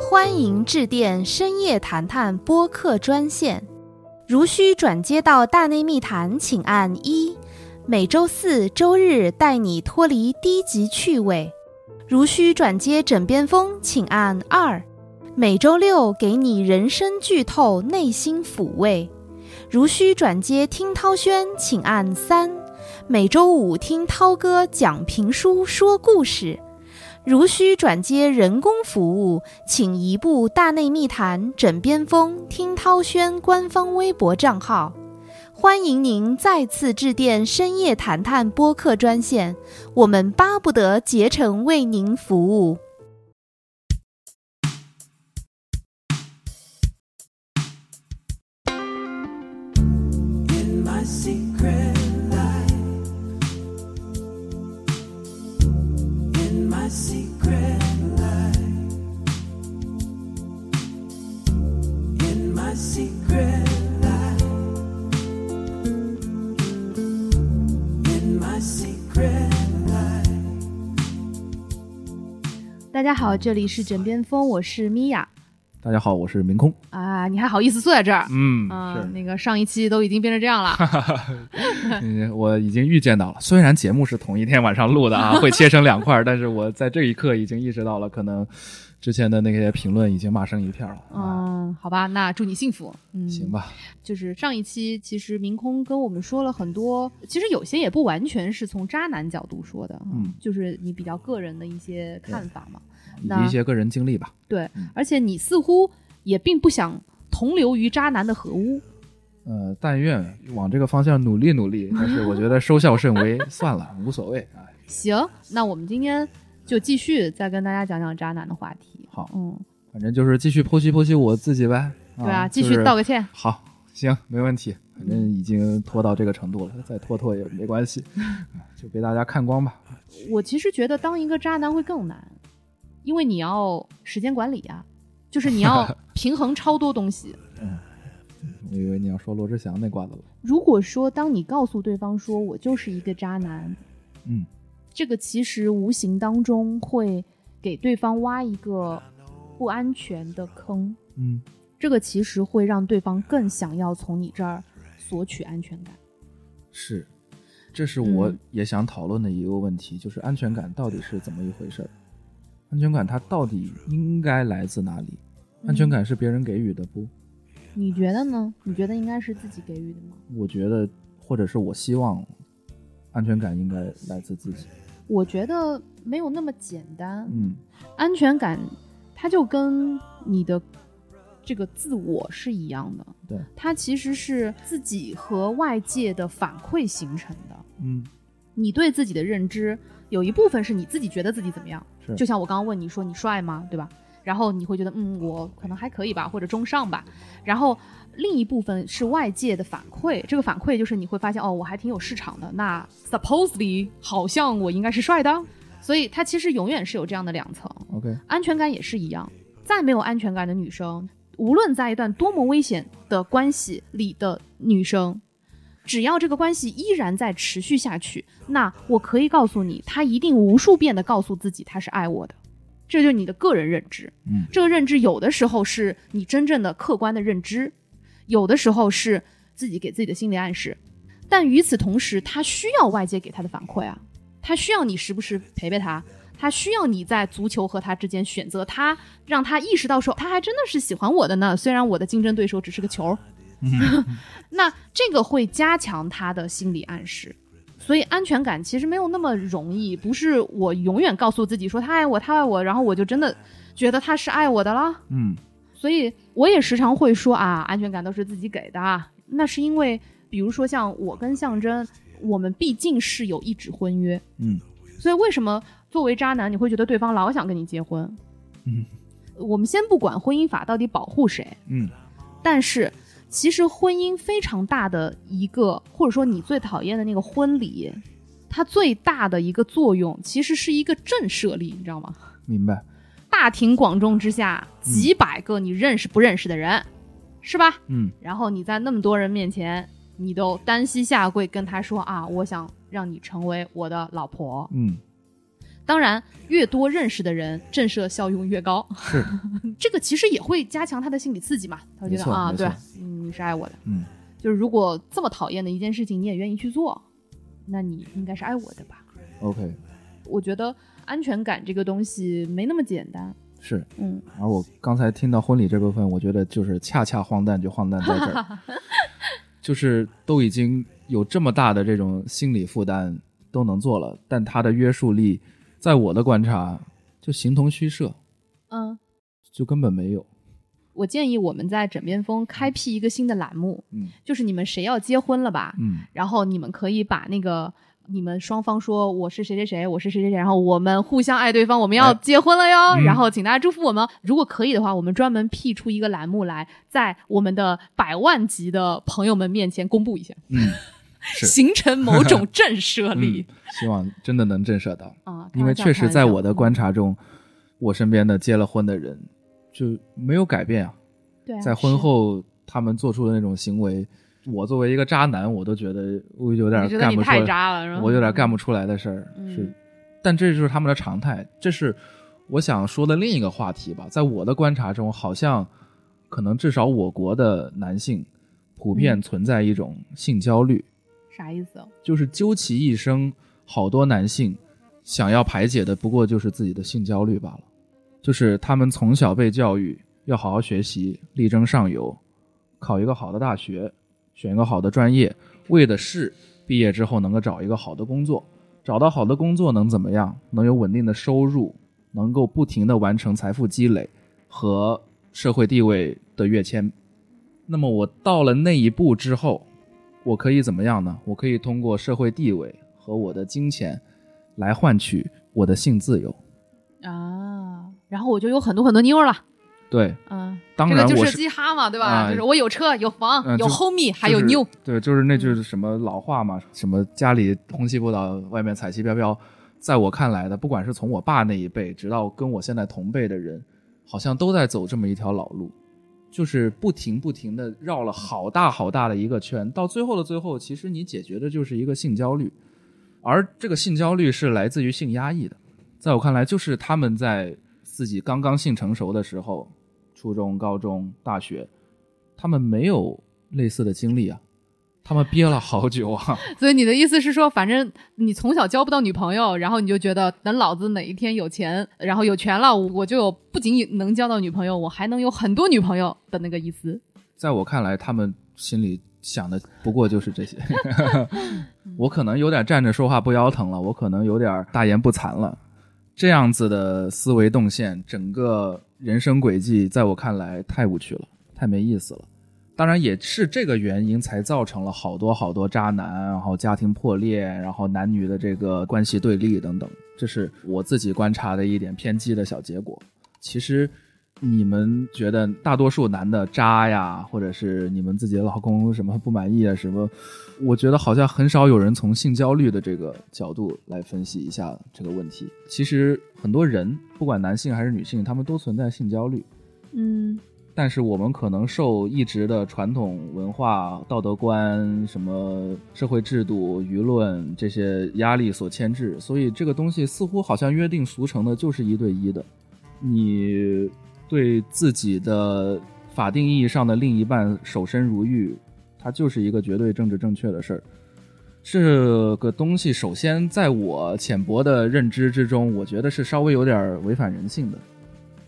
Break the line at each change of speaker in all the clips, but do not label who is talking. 欢迎致电深夜谈谈播客专线。如需转接到大内密谈，请按一；每周四周日带你脱离低级趣味。如需转接枕边风，请按二；每周六给你人生剧透，内心抚慰。如需转接听涛轩，请按三；每周五听涛哥讲评书、说故事。如需转接人工服务，请移步大内密谈枕边风听涛轩官方微博账号。欢迎您再次致电深夜谈谈播客专线，我们巴不得竭诚为您服务。
in my secret life. In my secret life. In my secret life. In my secret life.
大家好，这里是枕边风，我是米娅
大家好，我是明空。
啊，你还好意思坐在这儿？
嗯
啊， 那个上一期都已经变成这样了，
嗯我已经预见到了。虽然节目是同一天晚上录 的啊，会切成两块儿，但是我在这一刻已经意识到了，可能之前的那些评论已经骂声一片了。啊，
嗯，好吧，那祝你幸福，嗯，
行吧，
就是上一期，其实明空跟我们说了很多，其实有些也不完全是从渣男角度说的，
嗯，
就是你比较个人的一些看法嘛，
以
那
及一些个人经历吧。
对，而且你似乎也并不想同流于渣男的河屋，
呃，但愿往这个方向努力努力，但是我觉得收效甚微，算了，无所谓啊。
行，那我们今天就继续再跟大家讲讲渣男的话题，
好
嗯，
反正就是继续剖析剖析我自己呗。
对啊，继
就
续
是
道个歉，
好，行，没问题，反正已经拖到这个程度了，再拖拖也没关系，啊就被大家看光吧。
我其实觉得当一个渣男会更难，因为你要时间管理啊，就是你 要平衡超多东西。
我以为你要说罗志祥那挂的了。
如果说当你告诉对方说我就是一个渣男，
嗯，
这个其实无形当中会给对方挖一个不安全的坑，
嗯，
这个其实会让对方更想要从你这儿索取安全感。
是，这是我
嗯
也想讨论的一个问题，就是安全感到底是怎么一回事儿？安全感它到底应该来自哪里？安全感是别人给予的不？
你觉得呢？你觉得应该是自己给予的吗？
我觉得，或者是我希望，安全感应该来自自己。
我觉得没有那么简单。
嗯
安全感，它就跟你的这个自我是一样的。
对，
它其实是自己和外界的反馈形成的。
嗯，
你对自己的认知有一部分是你自己觉得自己怎么样，
是
就像我刚刚问你说你帅吗，对吧？然后你会觉得嗯，我可能还可以吧，或者中上吧。然后另一部分是外界的反馈，这个反馈就是你会发现哦，我还挺有市场的。那 supposedly 好像我应该是帅的，所以它其实永远是有这样的两层。
OK，
安全感也是一样。再没有安全感的女生，无论在一段多么危险的关系里的女生，只要这个关系依然在持续下去，那我可以告诉你，她一定无数遍的告诉自己她是爱我的。这就是你的个人认知。
嗯
这个认知有的时候是你真正的客观的认知，有的时候是自己给自己的心理暗示。但与此同时，她需要外界给她的反馈啊，她需要你时不时陪陪她，他需要你在足球和他之间选择他，让他意识到说他还真的是喜欢我的呢。虽然我的竞争对手只是个球儿， 那这个会加强他的心理暗示。所以安全感其实没有那么容易，不是我永远告诉自己说他爱我，他爱我，然后我就真的觉得他是爱我的了。
嗯
所以我也时常会说啊，安全感都是自己给的啊。那是因为，比如说像我跟象征，我们毕竟是有一纸婚约，
嗯
所以为什么作为渣男，你会觉得对方老想跟你结婚？
嗯
我们先不管婚姻法到底保护谁，
嗯
但是其实婚姻非常大的一个，或者说你最讨厌的那个婚礼，它最大的一个作用，其实是一个震慑力，你知道吗？
明白。
大庭广众之下，几百个你认识不认识的人，是吧？
嗯
然后你在那么多人面前，你都单膝下跪跟他说啊，我想让你成为我的老婆，
嗯
当然，越多认识的人，震慑效用越高。
是，
这个其实也会加强他的心理刺激嘛。他会觉
没
得
错
啊，
没
对
错，
嗯你是爱我的。
嗯，
就是如果这么讨厌的一件事情，你也愿意去做，那你应该是爱我的吧？
，OK，
我觉得安全感这个东西没那么简单。
是。
嗯，
而我刚才听到婚礼这部分，我觉得就是恰恰荒诞就荒诞在这 儿，就是都已经有这么大的这种心理负担都能做了，但它的约束力，在我的观察就形同虚设，
嗯，
就根本没有。
我建议我们在枕边风开辟一个新的栏目，
嗯
就是你们谁要结婚了吧？
嗯，
然后你们可以把那个你们双方说我是谁谁谁，我是谁谁谁，然后我们互相爱对方，我们要
哎
结婚了哟，
嗯
然后请大家祝福我们。如果可以的话，我们专门辟出一个栏目来，在我们的百万级的朋友们面前公布一下，
嗯是
形成某种 震慑
嗯
力、，
希望真的能震慑到，
啊！
因为
开
确
玩笑
实在我
开
的，
玩
观察中，我身边的结了婚的人就没有改变啊。
笑对啊
在婚后他们做出的那种行为，我作为一个渣男，我都觉得我有
是
点
你觉得
干
你
不出
太
来，
渣了，是吧？
我有点干不出来的事儿、
嗯
是，但这就是他们的常态，这是我想说的另一个话题吧。在我的观察中，好像可能至少我国的男性普
嗯
遍存在一种性焦虑，
啥意思？哦
就是究其一生，好多男性想要排解的不过就是自己的性焦虑罢了，就是他们从小被教育要好好学习，力争上游，考一个好的大学，选一个好的专业，为的是毕业之后能够找一个好的工作，找到好的工作能怎么样？能有稳定的收入，能够不停的完成财富积累和社会地位的跃迁。那么我到了那一步之后，我可以怎么样呢？我可以通过社会地位和我的金钱来换取我的性自由。
啊，然后我就有很多很多妞了，
对，
嗯，
当然
这个
我
就是是嘻哈嘛，对吧？
啊
就是我有车有房、
嗯
有
就
homie，还有嗯
就是
妞，
对，就是那句什么老话嘛，什么家里红旗不倒，外面彩旗飘飘。在我看来的，不管是从我爸那一辈，直到跟我现在同辈的人，好像都在走这么一条老路，就是不停不停的绕了好大好大的一个圈，到最后的最后，其实你解决的就是一个性焦虑，而这个性焦虑是来自于性压抑的。在我看来，就是他们在自己刚刚性成熟的时候，初中、高中、大学，他们没有类似的经历啊，他们憋了好久啊。
所以你的意思是说，反正你从小交不到女朋友，然后你就觉得等老子哪一天有钱，然后有权了，我就有不仅能交到女朋友，我还能有很多女朋友的那个意思。
在我看来，他们心里想的不过就是这些。我可能有点站着说话不腰疼了，我可能有点大言不惭了。这样子的思维动线，整个人生轨迹，在我看来太无趣了，太没意思了。当然，也是这个原因才造成了好多好多渣男，然后家庭破裂，然后男女的这个关系对立等等。这是我自己观察的一点偏激的小结果。其实你们觉得大多数男的渣呀，或者是你们自己的老公什么不满意啊什么，我觉得好像很少有人从性焦虑的这个角度来分析一下这个问题。其实很多人，不管男性还是女性，他们都存在性焦虑。
嗯，
但是我们可能受一直的传统文化、道德观、什么社会制度、舆论这些压力所牵制，所以这个东西似乎好像约定俗成的就是一对一的。你对自己的法定意义上的另一半守身如玉，它就是一个绝对政治正确的事儿。这个东西，首先在我浅薄的认知之中，我觉得是稍微有点违反人性的。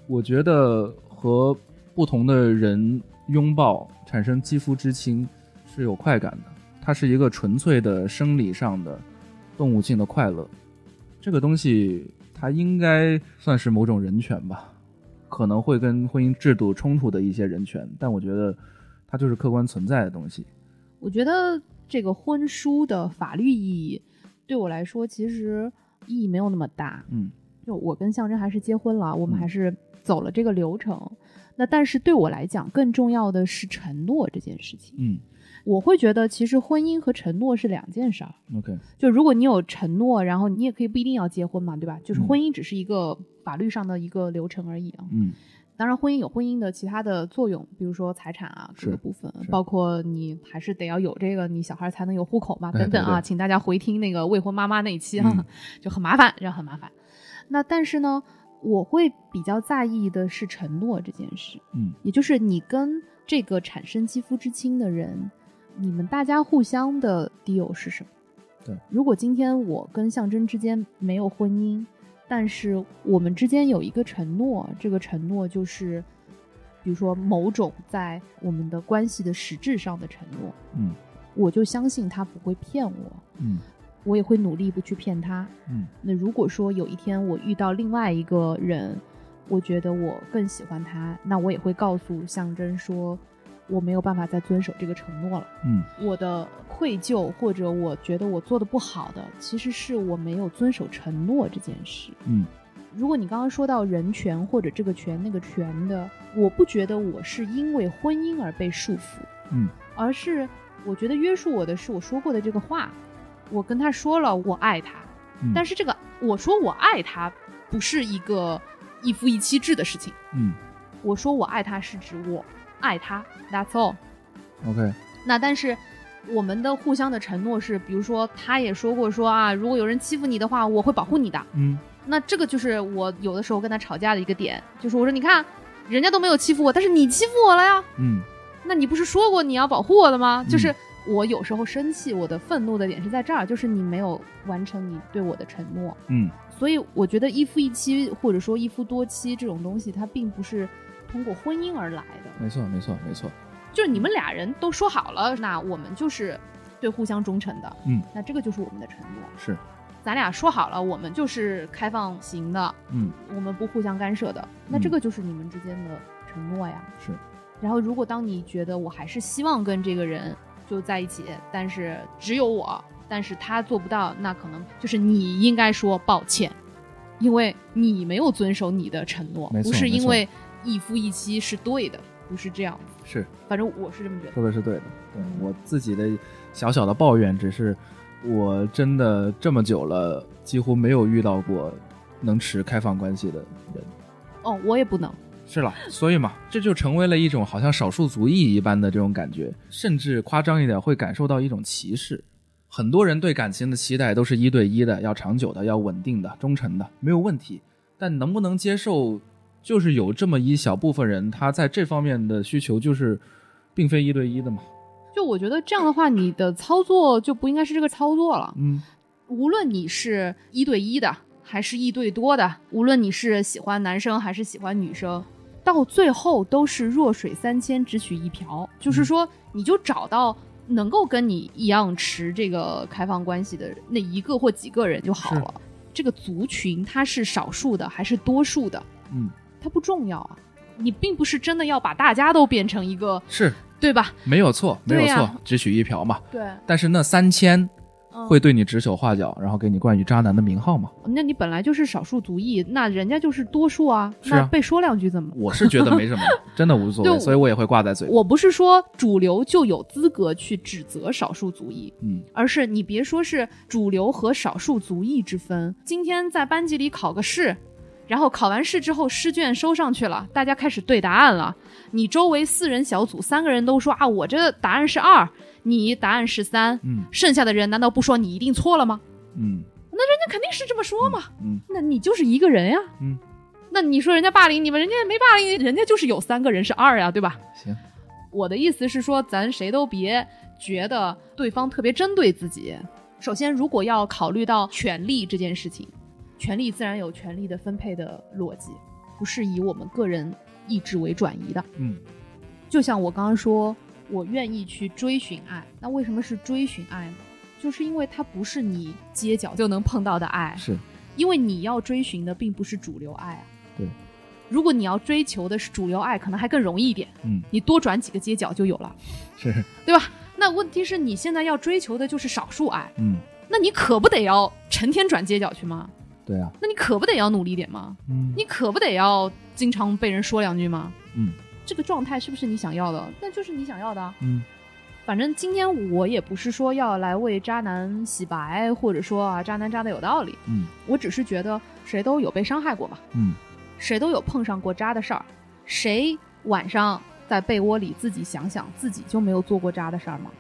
我觉得和不同的人拥抱，产生肌肤之亲是有快感的，它是一个纯粹的生理上的动物性的快乐。这个东西它应该算是某种人权吧，可能会跟婚姻制度冲突的一些人权，但我觉得它就是客观存在的东西。
我觉得这个婚书的法律意义对我来说其实意义没有那么大。
嗯
就我跟象征还是结婚了，我们
嗯
还是走了这个流程。那但是对我来讲，更重要的是承诺这件事情。
嗯
我会觉得，其实婚姻和承诺是两件事儿。
，OK，
就如果你有承诺，然后你也可以不一定要结婚嘛，对吧？就是
嗯
婚姻只是一个法律上的一个流程而已啊。
嗯
当然，婚姻有婚姻的其他的作用，比如说财产啊
是
各个部分，
是
包括你还是得要有这个，你小孩才能有户口嘛，
哎对
等等啊。
对对
请大家回听那个未婚妈妈那一期啊，
嗯
就很麻烦，然后很麻烦。那但是呢，我会比较在意的是承诺这件事。
嗯，
也就是你跟这个产生肌肤之亲的人，你们大家互相的 deal 是什么？
对，
如果今天我跟象征之间没有婚姻，但是我们之间有一个承诺，这个承诺就是，比如说某种在我们的关系的实质上的承诺，
嗯
我就相信他不会骗我，
嗯
我也会努力不去骗他。
嗯
那如果说有一天我遇到另外一个人，我觉得我更喜欢他，那我也会告诉象征说，我没有办法再遵守这个承诺了。
嗯
我的愧疚或者我觉得我做的不好的，其实是我没有遵守承诺这件事。
嗯
如果你刚刚说到人权或者这个权那个权的，我不觉得我是因为婚姻而被束缚，
嗯，
而是我觉得约束我的是我说过的这个话，我跟他说了我爱他，
嗯，
但
是
是这个我说我爱他不是一个一夫一妻制的事情，
嗯
我说我爱他是指我爱他，that's all。
OK，
那但是我们的互相的承诺是，比如说他也说过说啊，如果有人欺负你的话，我会保护你的。
嗯
那这个就是我有的时候跟他吵架的一个点，就是我说你看，人家都没有欺负我，但是你欺负我了呀，
嗯
那你不是说过你要保护我的吗？
嗯
就是我有时候生气，我的愤怒的点是在这儿，就是你没有完成你对我的承诺。
嗯
所以我觉得一夫一妻或者说一夫多妻这种东西，它并不是通过婚姻而来的，
没错没错没错，
就是你们俩人都说好了，那我们就是对互相忠诚的，
嗯，
那这个就是我们的承诺。
是
咱俩说好了，我们就是开放型的，
嗯
我们不互相干涉的，那
嗯
这个就是你们之间的承诺呀。
是
然后，如果当你觉得我还是希望跟这个人就在一起，但是只有我，但是他做不到，那可能就是你应该说抱歉，因为你没有遵守你的承诺
没，错
不是
没
因
错
为一夫一妻是对的，不是这样子。
是，
反正我是这么觉得。
说的是对的。对我自己的小小的抱怨，只是我真的这么久了，几乎没有遇到过能持开放关系的人。
哦，我也不能。
是了，所以嘛，这就成为了一种好像少数族裔一般的这种感觉，甚至夸张一点，会感受到一种歧视。很多人对感情的期待都是一对一的，要长久的，要稳定的，忠诚的，没有问题。但能不能接受，就是有这么一小部分人，他在这方面的需求就是，并非一对一的嘛。
就我觉得这样的话，你的操作就不应该是这个操作了。
嗯
无论你是一对一的还是一对多的，无论你是喜欢男生还是喜欢女生，到最后都是弱水三千，只取一瓢。就是
嗯
说，你就找到能够跟你一样持这个开放关系的那一个或几个人就好了。这个族群它是少数的还是多数的，
嗯，
它不重要啊。你并不是真的要把大家都变成一个，
是
对吧？
没有错，没有
对呀
错，只取一瓢嘛。
对，
但是那三千
嗯
会对你指手画脚，然后给你冠以渣男的名号嘛？
那你本来就是少数族裔，那人家就是多数啊，
是啊
那被说两句怎么了？
我是觉得没什么，真的无所谓，
对
所以我也会挂在嘴边。
我不是说主流就有资格去指责少数族裔，
嗯
而是你别说是主流和少数族裔之分。今天在班级里考个试，然后考完试之后试卷收上去了，大家开始对答案了。你周围四人小组三个人都说啊，我这答案是二，你答案是三，
嗯
剩下的人难道不说你一定错了吗？
嗯
那肯定是这么说嘛。
嗯
那你就是一个人呀、
嗯，
那你说人家霸凌你们，人家也没霸凌你，人家就是有三个人是二呀、对吧？
行，
我的意思是说，咱谁都别觉得对方特别针对自己。首先，如果要考虑到权利这件事情，权利自然有权利的分配的逻辑，不是以我们个人意志为转移的。
嗯
就像我刚刚说，我愿意去追寻爱，那为什么是追寻爱呢？就是因为它不是你街角就能碰到的爱，
是
因为你要追寻的并不是主流爱啊。
对，
如果你要追求的是主流爱，可能还更容易一点，
嗯
你多转几个街角就有了。
是
对吧？那问题是你现在要追求的就是少数爱，
嗯
那你可不得要成天转街角去吗？
对啊
那你可不得要努力点吗？
嗯
你可不得要经常被人说两句吗？
嗯
这个状态是不是你想要的？那就是你想要的啊。
嗯
反正今天我也不是说要来为渣男洗白，或者说啊渣男渣的有道理，
嗯
我只是觉得谁都有被伤害过嘛，
嗯
谁都有碰上过渣的事儿，谁晚上在被窝里自己想想自己就没有做过渣的事儿吗？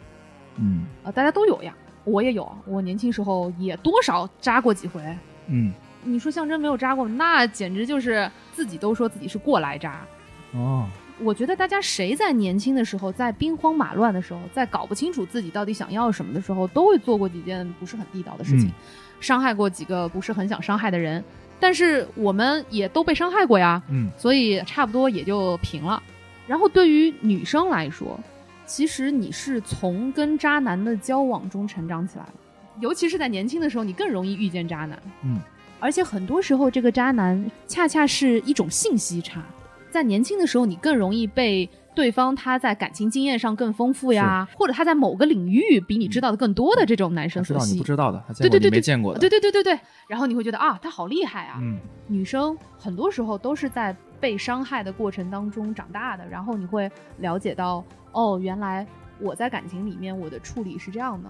嗯
呃啊，大家都有呀，我也有，我年轻时候也多少扎过几回，
嗯
你说象征没有扎过，那简直就是自己都说自己是过来扎。
哦，
我觉得大家谁在年轻的时候，在兵荒马乱的时候，在搞不清楚自己到底想要什么的时候，都会做过几件不是很地道的事情，
嗯
伤害过几个不是很想伤害的人。但是我们也都被伤害过呀，
嗯
所以差不多也就平了。然后对于女生来说，其实你是从跟渣男的交往中成长起来的，尤其是在年轻的时候，你更容易遇见渣男。
嗯，
而且很多时候这个渣男恰恰是一种信息差，在年轻的时候你更容易被。对方他在感情经验上更丰富呀，或者他在某个领域比你知道的更多的这种男
他
生
知
所
道
吸
你
引
不，知道的，他见
对
过
对
你
对
没
对，
见过的，
对对对对对，然后你会觉得啊，他好厉害啊，
嗯
女生很多时候都是在被伤害的过程当中长大的，然后你会了解到，哦，原来我在感情里面我的处理是这样的。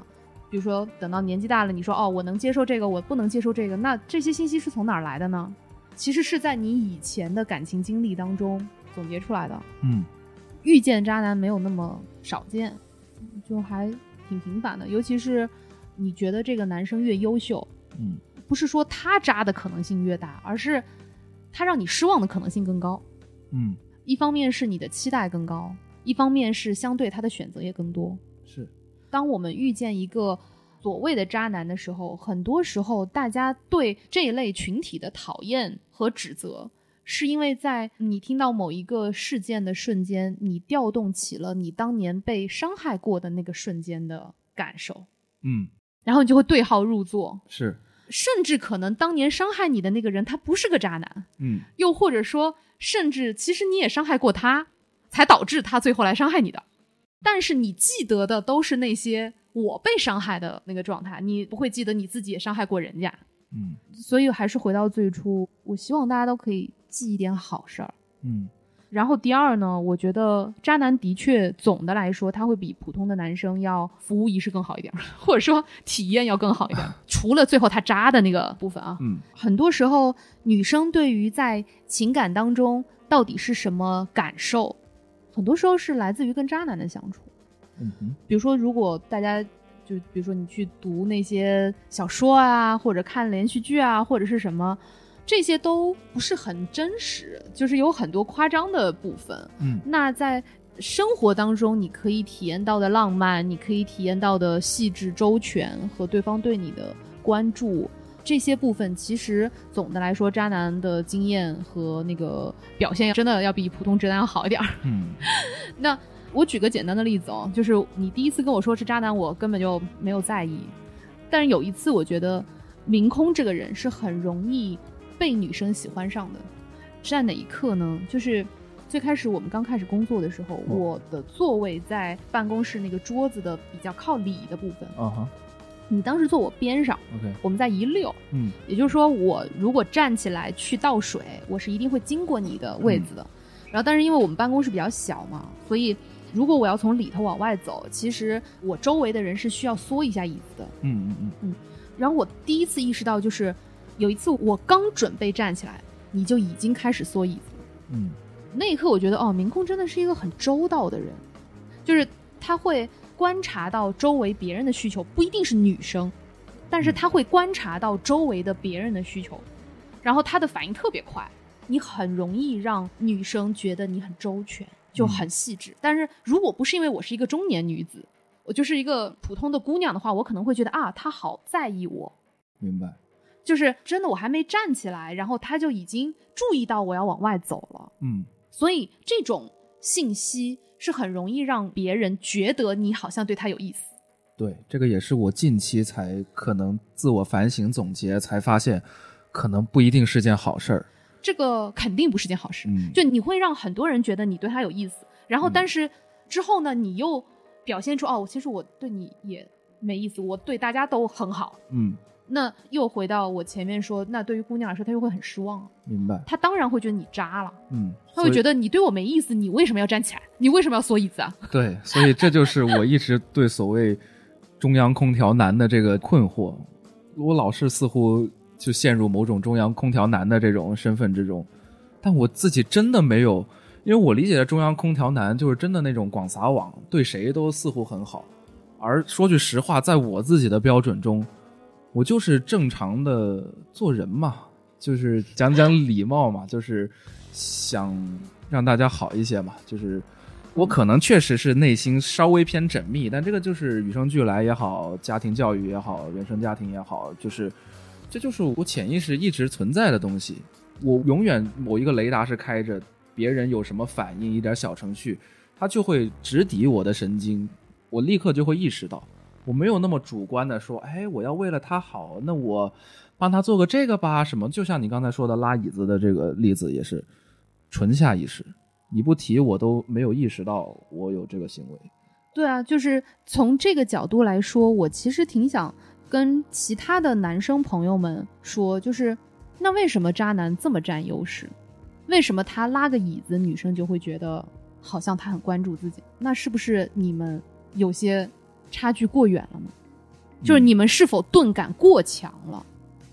比如说，等到年纪大了，你说哦，我能接受这个，我不能接受这个，那这些信息是从哪儿来的呢？其实是在你以前的感情经历当中总结出来的。
嗯
遇见渣男没有那么少见，就还挺频繁的。尤其是你觉得这个男生越优秀，
嗯，
不是说他渣的可能性越大，而是他让你失望的可能性更高。
嗯，
一方面是你的期待更高，一方面是相对他的选择也更多。
是，
当我们遇见一个所谓的渣男的时候，很多时候大家对这一类群体的讨厌和指责，是因为在你听到某一个事件的瞬间，你调动起了你当年被伤害过的那个瞬间的感受，
嗯
然后你就会对号入座，
是，
甚至可能当年伤害你的那个人他不是个渣男，
嗯
又或者说，甚至其实你也伤害过他，才导致他最后来伤害你的。但是你记得的都是那些我被伤害的那个状态，你不会记得你自己也伤害过人家。
嗯
所以还是回到最初，我希望大家都可以记一点好事儿。
嗯
然后第二呢，我觉得渣男的确总的来说，他会比普通的男生要服务仪式更好一点儿，或者说体验要更好一点儿。除了最后他渣的那个部分啊，
嗯
很多时候，女生对于在情感当中到底是什么感受，很多时候是来自于跟渣男的相处。
嗯哼
比如说，如果大家就比如说你去读那些小说啊，或者看连续剧啊，或者是什么，这些都不是很真实，就是有很多夸张的部分。
嗯
那在生活当中，你可以体验到的浪漫，你可以体验到的细致周全和对方对你的关注，这些部分其实总的来说，渣男的经验和那个表现真的要比普通直男要好一点儿。
嗯
那我举个简单的例子哦，就是你第一次跟我说是渣男，我根本就没有在意。但是有一次，我觉得明空这个人是很容易被女生喜欢上的，是在哪一刻呢？就是最开始我们刚开始工作的时候，
嗯
我的座位在办公室那个桌子的比较靠里的部分，
啊哈
你当时坐我边上，
，OK，
我们在一溜，
嗯
也就是说，我如果站起来去倒水，我是一定会经过你的位子的。然后，但是因为我们办公室比较小嘛，所以如果我要从里头往外走，其实我周围的人是需要缩一下椅子的。
嗯嗯嗯
然后我第一次意识到，就是有一次我刚准备站起来，你就已经开始缩椅子了。
嗯
那一刻，我觉得哦，明空真的是一个很周到的人，就是他会观察到周围别人的需求，不一定是女生，但是他会观察到周围的别人的需求，然后他的反应特别快，你很容易让女生觉得你很周全，就很细致。但是如果不是因为我是一个中年女子，我就是一个普通的姑娘的话，我可能会觉得啊，她好在意我。
明白，
就是真的，我还没站起来，然后他就已经注意到我要往外走了。
嗯
所以这种信息是很容易让别人觉得你好像对他有意思。
对，这个也是我近期才可能自我反省总结才发现，可能不一定是件好事儿，
这个肯定不是件好事，
嗯
就你会让很多人觉得你对他有意思，然后
嗯
但是之后呢，你又表现出哦，其实我对你也没意思，我对大家都很好。
嗯
那又回到我前面说，那对于姑娘来说，她就会很失望，
明白，
她当然会觉得你渣了，
嗯，
她会觉得
得
你对我没意思，你为什么要站起来？你为什么要缩椅子啊？
对，所以这就是我一直对所谓中央空调男的这个困惑，我老是似乎就陷入某种中央空调男的这种身份之中，但我自己真的没有，因为我理解的中央空调男就是真的那种广撒网，对谁都似乎很好，而说句实话，在我自己的标准中，我就是正常的做人嘛，就是讲讲礼貌嘛，就是想让大家好一些嘛。就是我可能确实是内心稍微偏缜密，但这个就是与生俱来也好，家庭教育也好，原生家庭也好，就是这就是我潜意识一直存在的东西。我永远某一个雷达是开着，别人有什么反应，一点小程序，它就会直抵我的神经，我立刻就会意识到，我没有那么主观的说，哎，我要为了他好，那我帮他做个这个吧，什么？就像你刚才说的拉椅子的这个例子也是，纯下意识，你不提我都没有意识到我有这个行为。
对啊，就是从这个角度来说，我其实挺想跟其他的男生朋友们说，就是那为什么渣男这么占优势？为什么他拉个椅子，女生就会觉得好像他很关注自己？那是不是你们有些差距过远了吗？就是你们是否钝感过强了？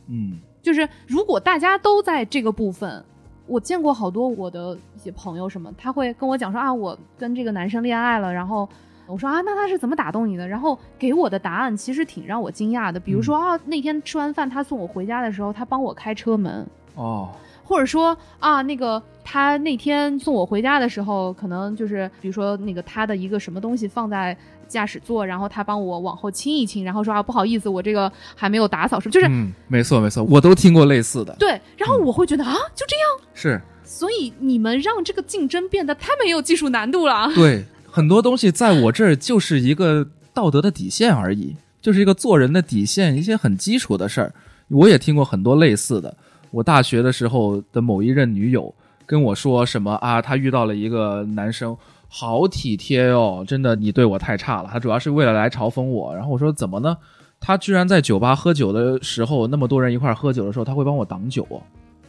嗯，
就是如果大家都在这个部分，我见过好多我的一些朋友什么，他会跟我讲说啊，我跟这个男生恋爱了，然后我说啊，那他是怎么打动你的？然后给我的答案其实挺让我惊讶的，比如说啊，那天吃完饭他送我回家的时候，他帮我开车门，
哦，
或者说啊，那个他那天送我回家的时候，可能就是比如说那个他的一个什么东西放在驾驶座，然后他帮我往后亲一亲，然后说啊不好意思，我这个还没有打扫，是不是？就是、
嗯，没错没错，我都听过类似的，
对，然后我会觉得啊，就这样。
是
所以你们让这个竞争变得太没有技术难度了。
对，很多东西在我这儿就是一个道德的底线而已，就是一个做人的底线，一些很基础的事儿。我也听过很多类似的。我大学的时候的某一任女友跟我说什么啊，她遇到了一个男生，好体贴哦，真的你对我太差了。她主要是为了来嘲讽我。然后我说怎么呢？她居然在酒吧喝酒的时候，那么多人一块儿喝酒的时候，她会帮我挡酒哦。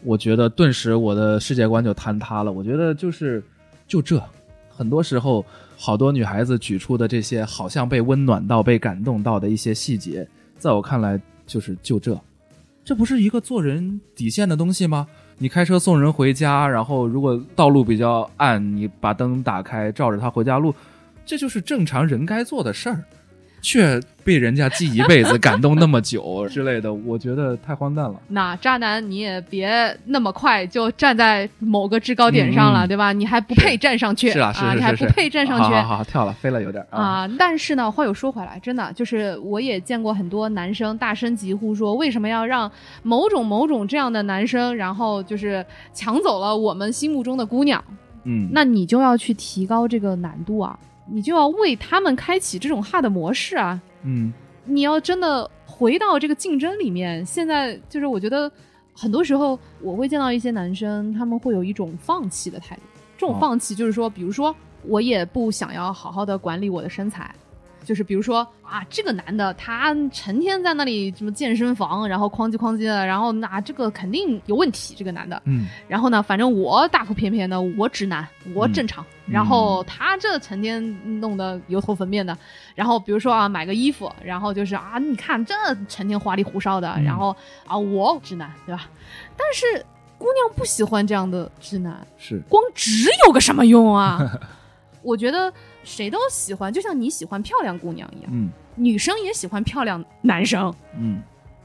我觉得顿时我的世界观就坍塌了。我觉得就是就这，很多时候好多女孩子举出的这些好像被温暖到、被感动到的一些细节，在我看来就是就这，这不是一个做人底线的东西吗？你开车送人回家，然后如果道路比较暗，你把灯打开，照着她回家路，这就是正常人该做的事儿，却被人家记一辈子、感动那么久之类的，我觉得太荒诞了。
那渣男，你也别那么快就站在某个制高点上了，
嗯嗯
对吧？你还不配站上去
是啊，是是
你还
是
不
是，
配站上去
好好好，跳了，飞了有点儿啊。
啊！但是呢，话又说回来，真的就是我也见过很多男生大声疾呼说，为什么要让某种某种这样的男生，然后就是抢走了我们心目中的姑娘？
嗯，
那你就要去提高这个难度啊，你就要为他们开启这种 hard 模式啊，
嗯
你要真的回到这个竞争里面，现在就是我觉得很多时候我会见到一些男生，他们会有一种放弃的态度。这种
哦
放弃就是说，比如说我也不想要好好的管理我的身材，就是比如说啊，这个男的他成天在那里什么健身房，然后哐叽哐叽的，然后那这个肯定有问题，这个男的。
嗯，
然后呢，反正我大腹便便的，我直男，我正常。
嗯
然后他这成天弄得油头粉面的，然后比如说啊，买个衣服，然后就是啊，你看这成天花里胡哨的，
嗯
然后啊，我直男，对吧？但是姑娘不喜欢这样的直男，
是嗯
光直有个什么用 啊？我觉得谁都喜欢，就像你喜欢漂亮姑娘一样，
嗯
女生也喜欢漂亮男生。
嗯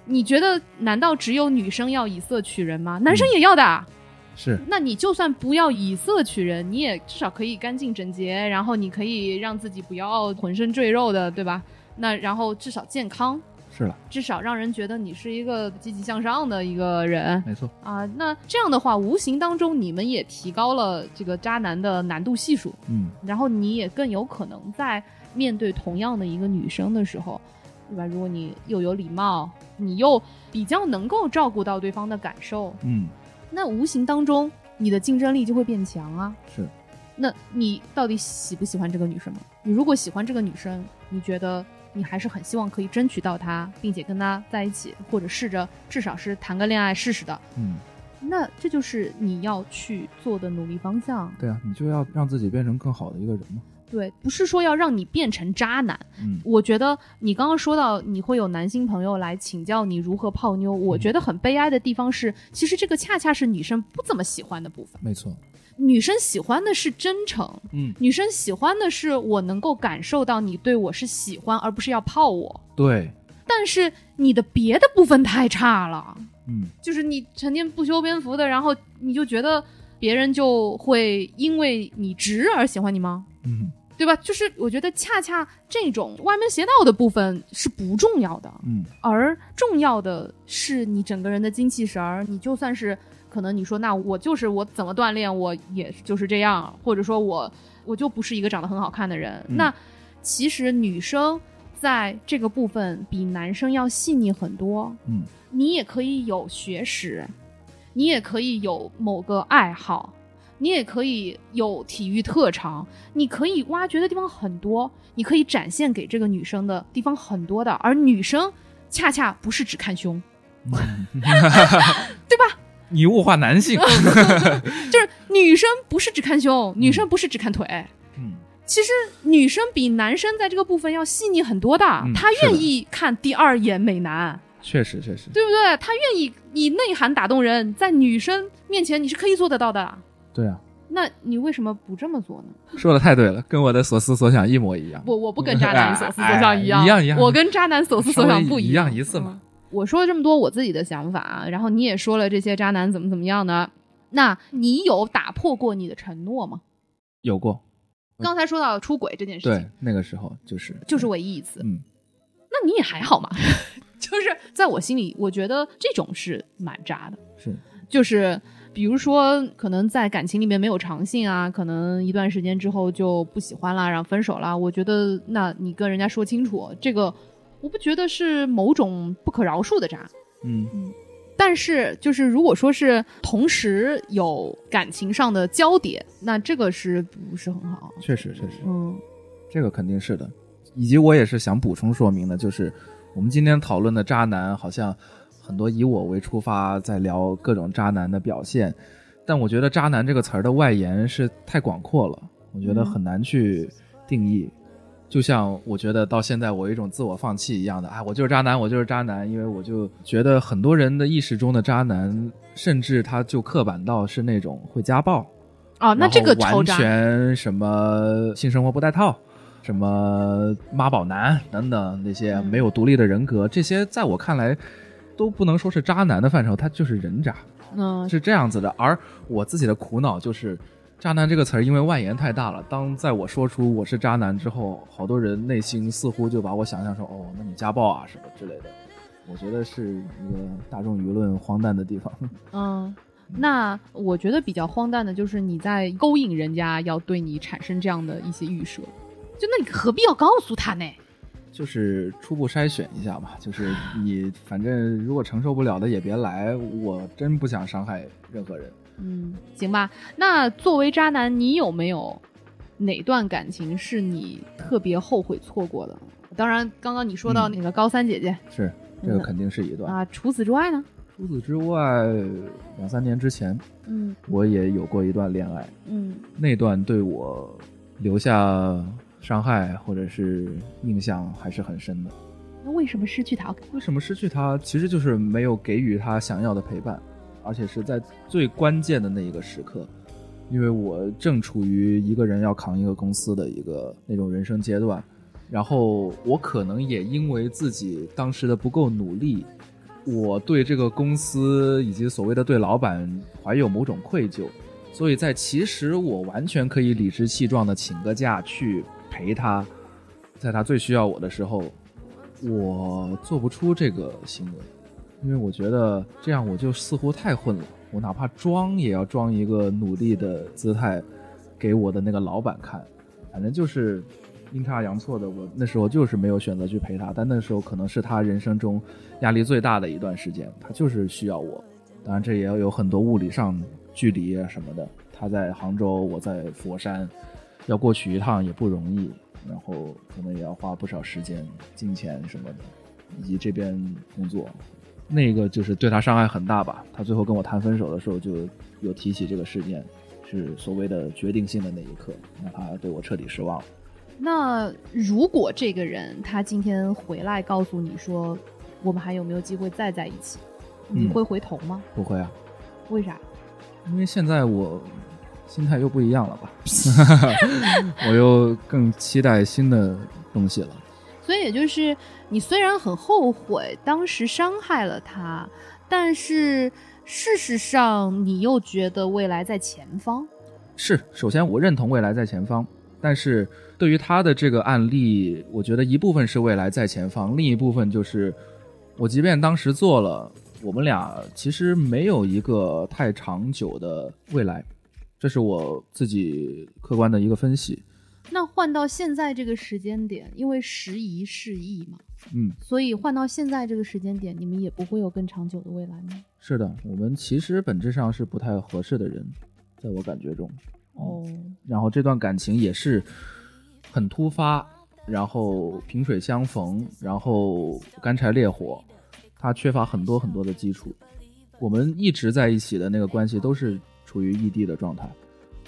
你觉得难道只有女生要以色取人吗？男
嗯
生也要的啊。
是
那你就算不要以色取人，你也至少可以干净整洁，然后你可以让自己不要浑身赘肉的，对吧？那然后至少健康，
是了，
至少让人觉得你是一个积极向上的一个人
没错。
啊。那这样的话，无形当中你们也提高了这个渣男的难度系数，
嗯
然后你也更有可能在面对同样的一个女生的时候，对吧？如果你又有礼貌，你又比较能够照顾到对方的感受，
嗯
那无形当中你的竞争力就会变强啊。
是，
那你到底喜不喜欢这个女生吗？啊你如果喜欢这个女生，你觉得你还是很希望可以争取到她，并且跟她在一起，或者试着至少是谈个恋爱试试的。
嗯，
那这就是你要去做的努力方向。
对啊，你就要让自己变成更好的一个人嘛。
对，不是说要让你变成渣男。
嗯
我觉得你刚刚说到你会有男性朋友来请教你如何泡妞，我觉得很悲哀的地方是，其实这个恰恰是女生不怎么喜欢的部分。
没错。
女生喜欢的是真诚，
嗯，
女生喜欢的是我能够感受到你对我是喜欢，而不是要泡我。
对，
但是你的别的部分太差了，
嗯
就是你成天不修边幅的，然后你就觉得别人就会因为你直而喜欢你吗？
嗯
对吧？就是我觉得恰恰这种歪门邪道的部分是不重要的，
嗯
而重要的是你整个人的精气神儿。你就算是可能你说那我就是我怎么锻炼，我也就是这样，或者说我我就不是一个长得很好看的人。
嗯
那其实女生在这个部分比男生要细腻很多。
嗯，
你也可以有学识，你也可以有某个爱好，你也可以有体育特长，你可以挖掘的地方很多，你可以展现给这个女生的地方很多的，而女生恰恰不是只看胸，
你物化男性，
嗯 就是女生不是只看胸，女生不是只看腿。
嗯
其实女生比男生在这个部分要细腻很多的，
嗯
她
是
愿
的
意看第二眼美男，
确实确实，
对不对？她愿意以内涵打动人，在女生面前你是可以做得到的。
对啊，
那你为什么不这么做呢？
说的太对了，跟我的所思所想一模一样。
我我不跟渣男所思所想一样，
哎一样一样
我跟渣男所思所想不
稍微一样一次嘛
嗯我说了这么多我自己的想法，然后你也说了这些渣男怎么怎么样呢？那你有打破过你的承诺吗？
有过，嗯
刚才说到出轨这件事
对
情，，
那个时候就是
就是唯一一次。
嗯
那你也还 好嘛，就是在我心里，我觉得这种是蛮渣的。
是
就是比如说，可能在感情里面没有长性啊，可能一段时间之后就不喜欢啦，然后分手啦。我觉得，那你跟人家说清楚，这个我不觉得是某种不可饶恕的渣。
嗯
但是，就是如果说是同时有感情上的交叠，那这个是不是很好？啊
确实确实，
嗯
这个肯定是的。以及我也是想补充说明的，就是我们今天讨论的渣男，好像很多以我为出发在聊各种渣男的表现，但我觉得“渣男”这个词儿的外延是太广阔了，我觉得很难去定义。就像我觉得到现在我有一种自我放弃一样的，啊，我就是渣男，我就是渣男，因为我就觉得很多人的意识中的渣男，甚至他就刻板到是那种会家暴，
啊，那
然
这
后
个超
完
渣。
全什么性生活不带套，什么妈宝男等等那些
嗯
没有独立的人格，这些在我看来都不能说是渣男的范畴，他就是人渣，
嗯，
是这样子的。而我自己的苦恼就是。渣男这个词儿，因为外延太大了。当在我说出我是渣男之后，好多人内心似乎就把我想象成哦，那你家暴啊什么之类的。我觉得是一个大众舆论荒诞的地方。
嗯，那我觉得比较荒诞的就是你在勾引人家，要对你产生这样的一些预设，就那你何必要告诉他呢？
就是初步筛选一下吧，就是你反正如果承受不了的也别来，我真不想伤害任何人。
嗯，行吧。那作为渣男，你有没有哪段感情是你特别后悔错过的？当然，刚刚你说到
嗯
那个高三姐姐、
是，这个肯定是一段。
啊，除此之外呢？
除此之外，两三年之前
嗯
我也有过一段恋爱，
嗯
那段对我留下伤害或者是印象还是很深的。
那为什么失去他？
为什么失去他？其实就是没有给予他想要的陪伴，而且是在最关键的那一个时刻。因为我正处于一个人要扛一个公司的一个那种人生阶段，然后我可能也因为自己当时的不够努力，我对这个公司以及所谓的对老板怀有某种愧疚，所以在其实我完全可以理直气壮的请个假去陪他，在他最需要我的时候，我做不出这个行为，因为我觉得这样我就似乎太混了。我哪怕装也要装一个努力的姿态，给我的那个老板看。反正就是阴差阳错的，我那时候就是没有选择去陪他，但那时候可能是他人生中压力最大的一段时间，他就是需要我。当然，这也有很多物理上距离啊什么的。他在杭州，我在佛山，要过去一趟也不容易，然后可能也要花不少时间、金钱什么的，以及这边工作，那个就是对他伤害很大吧。他最后跟我谈分手的时候，就有提起这个事件，是所谓的决定性的那一刻，让他对我彻底失望了。
那如果这个人他今天回来告诉你说，我们还有没有机会再在一起，你
嗯
会回头吗？
不会啊，
为啥？
因为现在我心态又不一 样了吧，我又更期待新的东西了。
所以也就是你虽然很后悔当时伤害了他，但是事实上你又觉得未来在前方。
是，首先我认同未来在前方，但是对于他的这个案例，我觉得一部分是未来在前方，另一部分就是我即便当时做了，我们俩其实没有一个太长久的未来，这是我自己客观的一个分析。
那换到现在这个时间点，因为时移世易嘛，
嗯，
所以换到现在这个时间点，你们也不会有更长久的未来吗？
是的，我们其实本质上是不太合适的人，在我感觉中。
哦，
然后这段感情也是很突发，然后萍水相逢，然后干柴烈火，它缺乏很多很多的基础。我们一直在一起的那个关系都是处于异地的状态，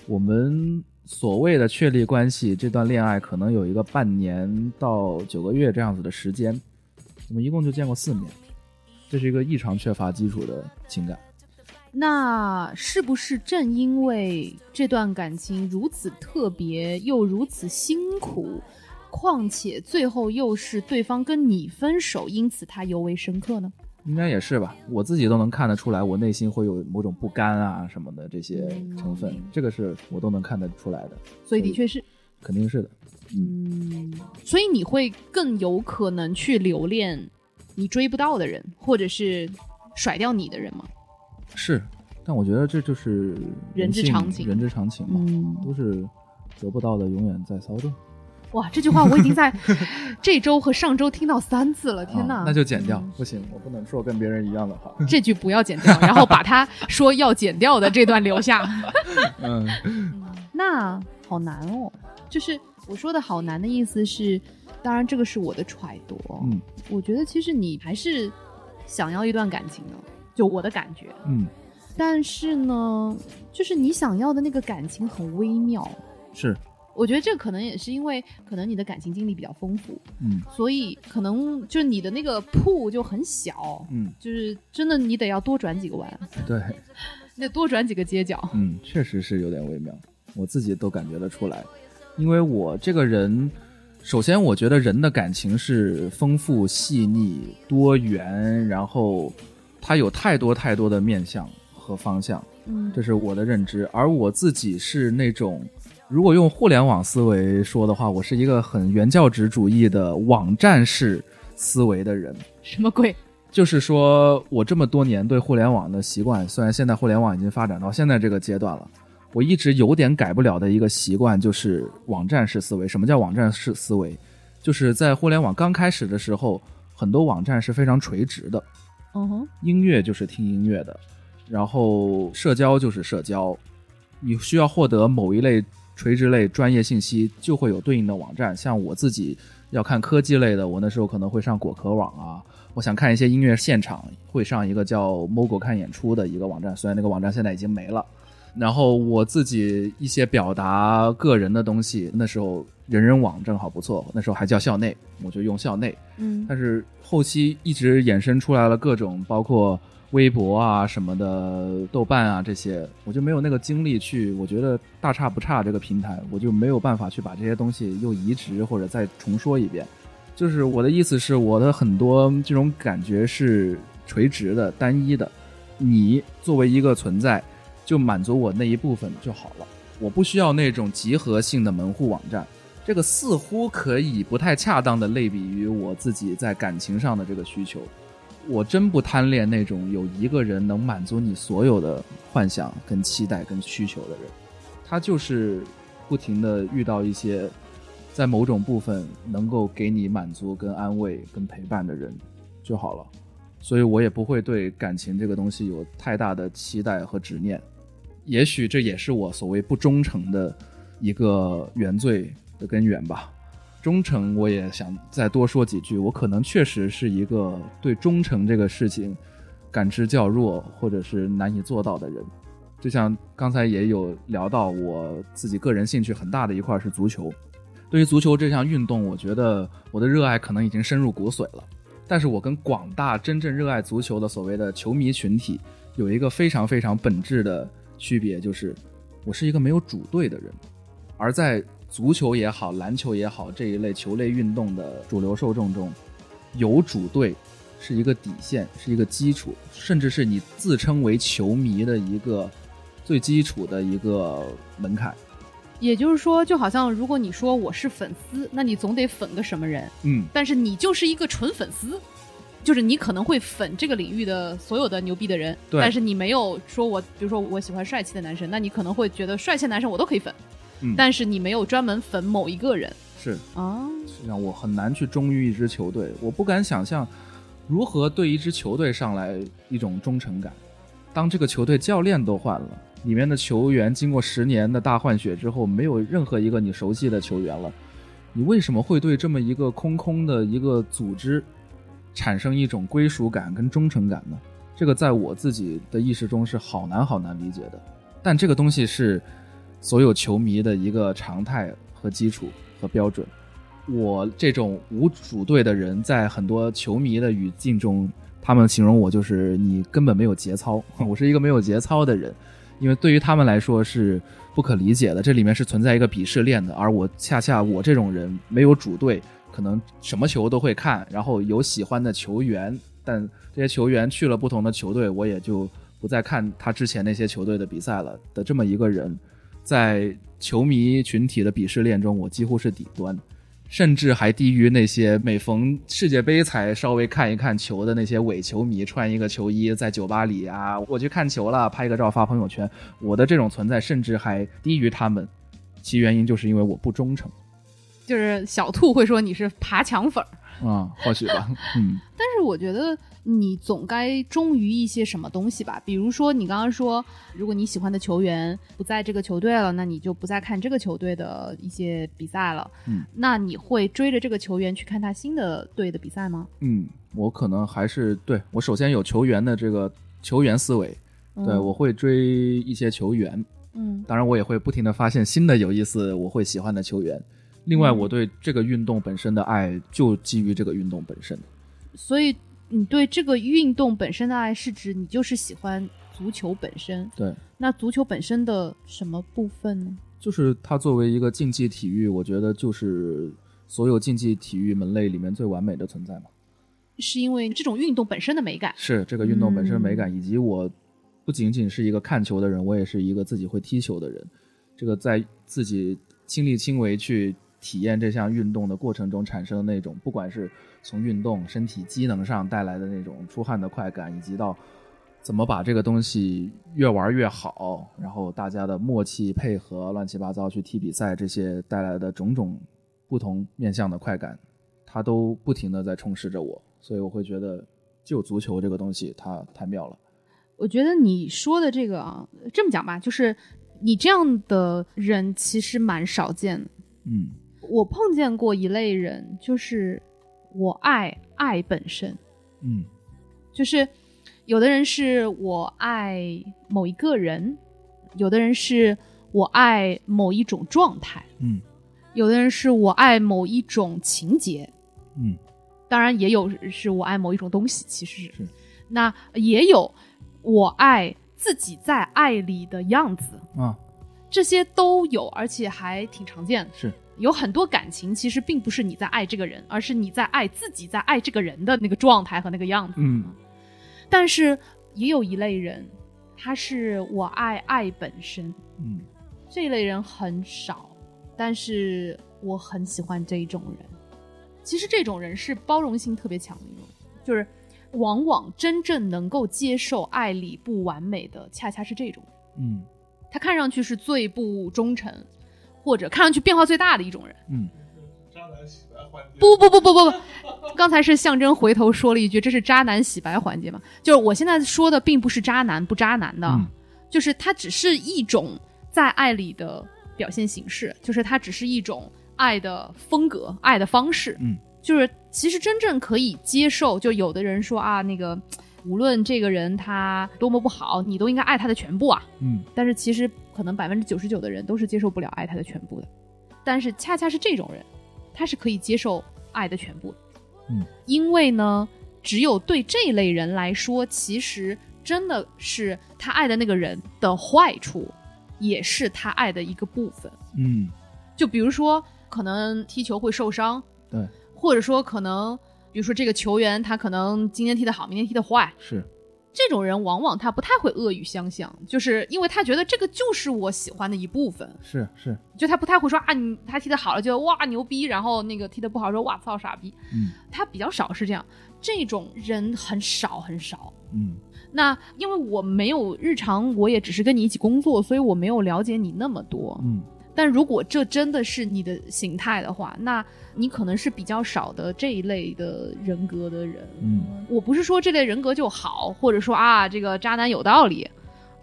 我们所谓的确立关系，这段恋爱可能有一个半年到九个月这样子的时间，我们一共就见过四面，这是一个异常缺乏基础的情感。
那是不是正因为这段感情如此特别又如此辛苦，况且最后又是对方跟你分手，因此它尤为深刻呢？
应该也是吧，我自己都能看得出来，我内心会有某种不甘啊什么的这些
嗯
成分，这个是我都能看得出来的，
所以的确是，
肯定是的。
嗯，所以你会更有可能去留恋你追不到的人，或者是甩掉你的人吗？
是，但我觉得这就是
人之
性
常情
人之常情嘛，
嗯，
都是得不到的永远在骚动。
哇，这句话我已经 在这周和上周听到三次了，天哪！
啊那就剪掉，
嗯
不行，我不能说跟别人一样的话。
这句不要剪掉，然后把他说要剪掉的这段留 下。
嗯，
那好难哦，就是我说的好难的意思是，当然这个是我的揣度哦，
嗯
我觉得其实你还是想要一段感情的，就我的感觉。
嗯，
但是呢，就是你想要的那个感情很微妙。
是，
我觉得这可能也是因为，可能你的感情经历比较丰富，
嗯
所以可能就是你的那个铺就很小，
嗯，
就是真的你得要多转几个弯，
对，
你得多转几个街角。
嗯，确实是有点微妙，我自己都感觉得出来。因为我这个人，首先我觉得人的感情是丰富、细腻、多元，然后它有太多太多的面向和方向，
嗯
这是我的认知。而我自己是那种，如果用互联网思维说的话，我是一个很原教旨主义的网站式思维的人。
什么鬼？
就是说我这么多年对互联网的习惯，虽然现在互联网已经发展到现在这个阶段了，我一直有点改不了的一个习惯就是网站式思维。什么叫网站式思维？就是在互联网刚开始的时候，很多网站是非常垂直的，
嗯哼，
音乐就是听音乐的，然后社交就是社交，你需要获得某一类垂直类专业信息，就会有对应的网站。像我自己要看科技类的，我那时候可能会上果壳网啊；我想看一些音乐现场，会上一个叫 Mogo 看演出的一个网站，虽然那个网站现在已经没了。然后我自己一些表达个人的东西，那时候人人网正好不错，那时候还叫校内，我就用校内。
嗯
但是后期一直衍生出来了各种，包括微博啊什么的、豆瓣啊这些，我就没有那个精力去。我觉得大差不差这个平台，我就没有办法去把这些东西又移植或者再重说一遍。就是我的意思是，我的很多这种感觉是垂直的、单一的。你作为一个存在，就满足我那一部分就好了。我不需要那种集合性的门户网站。这个似乎可以不太恰当的类比于我自己在感情上的这个需求。我真不贪恋那种有一个人能满足你所有的幻想、跟期待、跟需求的人。他就是不停的遇到一些在某种部分能够给你满足、跟安慰、跟陪伴的人就好了。所以我也不会对感情这个东西有太大的期待和执念。也许这也是我所谓不忠诚的一个原罪的根源吧。忠诚，我也想再多说几句。我可能确实是一个对忠诚这个事情感知较弱，或者是难以做到的人。就像刚才也有聊到，我自己个人兴趣很大的一块是足球。对于足球这项运动，我觉得我的热爱可能已经深入骨髓了。但是我跟广大真正热爱足球的所谓的球迷群体有一个非常非常本质的区别，就是我是一个没有主队的人，而在足球也好、篮球也好这一类球类运动的主流受众中，有主队是一个底线，是一个基础，甚至是你自称为球迷的一个最基础的一个门槛。
也就是说，就好像如果你说我是粉丝，那你总得粉个什么人，
嗯，
但是你就是一个纯粉丝，就是你可能会粉这个领域的所有的牛逼的人，
对
但是你没有说我，比如说我喜欢帅气的男生，那你可能会觉得帅气的男生我都可以粉，
嗯
但是你没有专门粉某一个人
是。
啊。
实际上我很难去忠于一支球队，我不敢想象如何对一支球队上来一种忠诚感。当这个球队教练都换了，里面的球员经过十年的大换血之后，没有任何一个你熟悉的球员了，你为什么会对这么一个空空的一个组织产生一种归属感跟忠诚感呢？这个在我自己的意识中是好难好难理解的，但这个东西是所有球迷的一个常态和基础和标准。我这种无主队的人，在很多球迷的语境中，他们形容我就是你根本没有节操， 我是一个没有节操的人，因为对于他们来说是不可理解的，这里面是存在一个鄙视链的，而我恰恰我这种人没有主队，可能什么球都会看，然后有喜欢的球员，但这些球员去了不同的球队，我也就不再看他之前那些球队的比赛了的这么一个人，在球迷群体的鄙视链中，我几乎是底端。甚至还低于那些每逢世界杯才稍微看一看球的那些伪球迷，穿一个球衣在酒吧里啊，我去看球了，拍个照发朋友圈。我的这种存在甚至还低于他们，其原因就是因为我不忠诚
就是小兔会说你是爬墙粉儿，
啊、或许吧，嗯
但是我觉得你总该忠于一些什么东西吧，比如说你刚刚说，如果你喜欢的球员不在这个球队了，那你就不再看这个球队的一些比赛了。
嗯，
那你会追着这个球员去看他新的队的比赛吗？
嗯，我可能还是对我首先有球员的这个球员思维，对、
嗯
我会追一些球员，
嗯
当然，我也会不停的发现新的有意思、我会喜欢的球员。另外，
嗯
我对这个运动本身的爱就基于这个运动本身。，
所以你对这个运动本身的爱是指你就是喜欢足球本身。
对，
那足球本身的什么部分呢？
就是它作为一个竞技体育，我觉得就是所有竞技体育门类里面最完美的存在嘛。
是因为这种运动本身的美感。
是这个运动本身美感，以及我不仅仅是一个看球的人，我也是一个自己会踢球的人。这个在自己亲力亲为去体验这项运动的过程中产生的那种，不管是从运动身体机能上带来的那种出汗的快感，以及到怎么把这个东西越玩越好，然后大家的默契配合、乱七八糟去踢比赛，这些带来的种种不同面向的快感，它都不停的在充实着我，所以我会觉得，就足球这个东西，它太妙了。
我觉得你说的这个啊，这么讲吧，就是你这样的人其实蛮少见的。
嗯
我碰见过一类人，就是我爱爱本身，
嗯
就是有的人是我爱某一个人，有的人是我爱某一种状态，
嗯
有的人是我爱某一种情节，
嗯
当然也有是我爱某一种东西，其实
是
那也有我爱自己在爱里的样子，
啊
这些都有，而且还挺常见的。
是
有很多感情其实并不是你在爱这个人，而是你在爱自己在爱这个人的那个状态和那个样子。
嗯
但是也有一类人，他是我爱爱本身，
嗯
这一类人很少，但是我很喜欢这一种人。其实这种人是包容性特别强的一种，就是往往真正能够接受爱里不完美的，恰恰是这种人。
嗯
他看上去是最不忠诚，或者看上去变化最大的一种人。
嗯
渣男洗白环节，
不不不不不不，刚才是象征回头说了一句，这是渣男洗白环节嘛？就是我现在说的并不是渣男不渣男的，
嗯
就是它只是一种在爱里的表现形式，就是它只是一种爱的风格、爱的方式。
嗯，
就是其实真正可以接受，就有的人说啊，那个无论这个人他多么不好，你都应该爱他的全部啊。
嗯
但是其实可能百分之九十九的人都是接受不了爱他的全部的，但是恰恰是这种人，他是可以接受爱的全部的，
嗯，
因为呢，只有对这类人来说，其实真的是他爱的那个人的坏处，也是他爱的一个部分，
嗯
就比如说，可能踢球会受伤，
对，
或者说可能，比如说这个球员他可能今天踢得好，明天踢得坏，
是
这种人往往他不太会恶语相向，就是因为他觉得这个就是我喜欢的一部分，
是是，
就他不太会说啊，你他踢得好了就哇牛逼，然后那个踢得不好说哇操傻逼，
嗯
他比较少是这样，这种人很少很少。
嗯
那因为我没有日常，我也只是跟你一起工作，所以我没有了解你那么多。
嗯，
但如果这真的是你的形态的话，那你可能是比较少的这一类的人格的人。
嗯，
我不是说这类人格就好，或者说啊这个渣男有道理，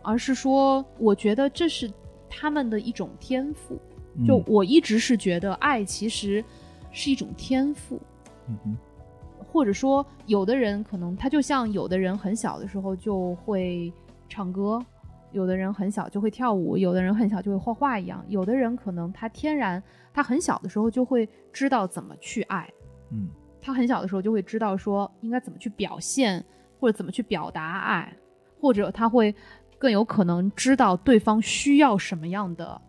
而是说我觉得这是他们的一种天赋。
嗯
就我一直是觉得爱其实是一种天赋，
嗯哼
或者说有的人可能他就像有的人很小的时候就会唱歌，有的人很小就会跳舞，有的人很小就会画画一样，有的人可能他天然他很小的时候就会知道怎么去爱，
嗯
他很小的时候就会知道说应该怎么去表现或者怎么去表达爱，或者他会更有可能知道对方需要什么样的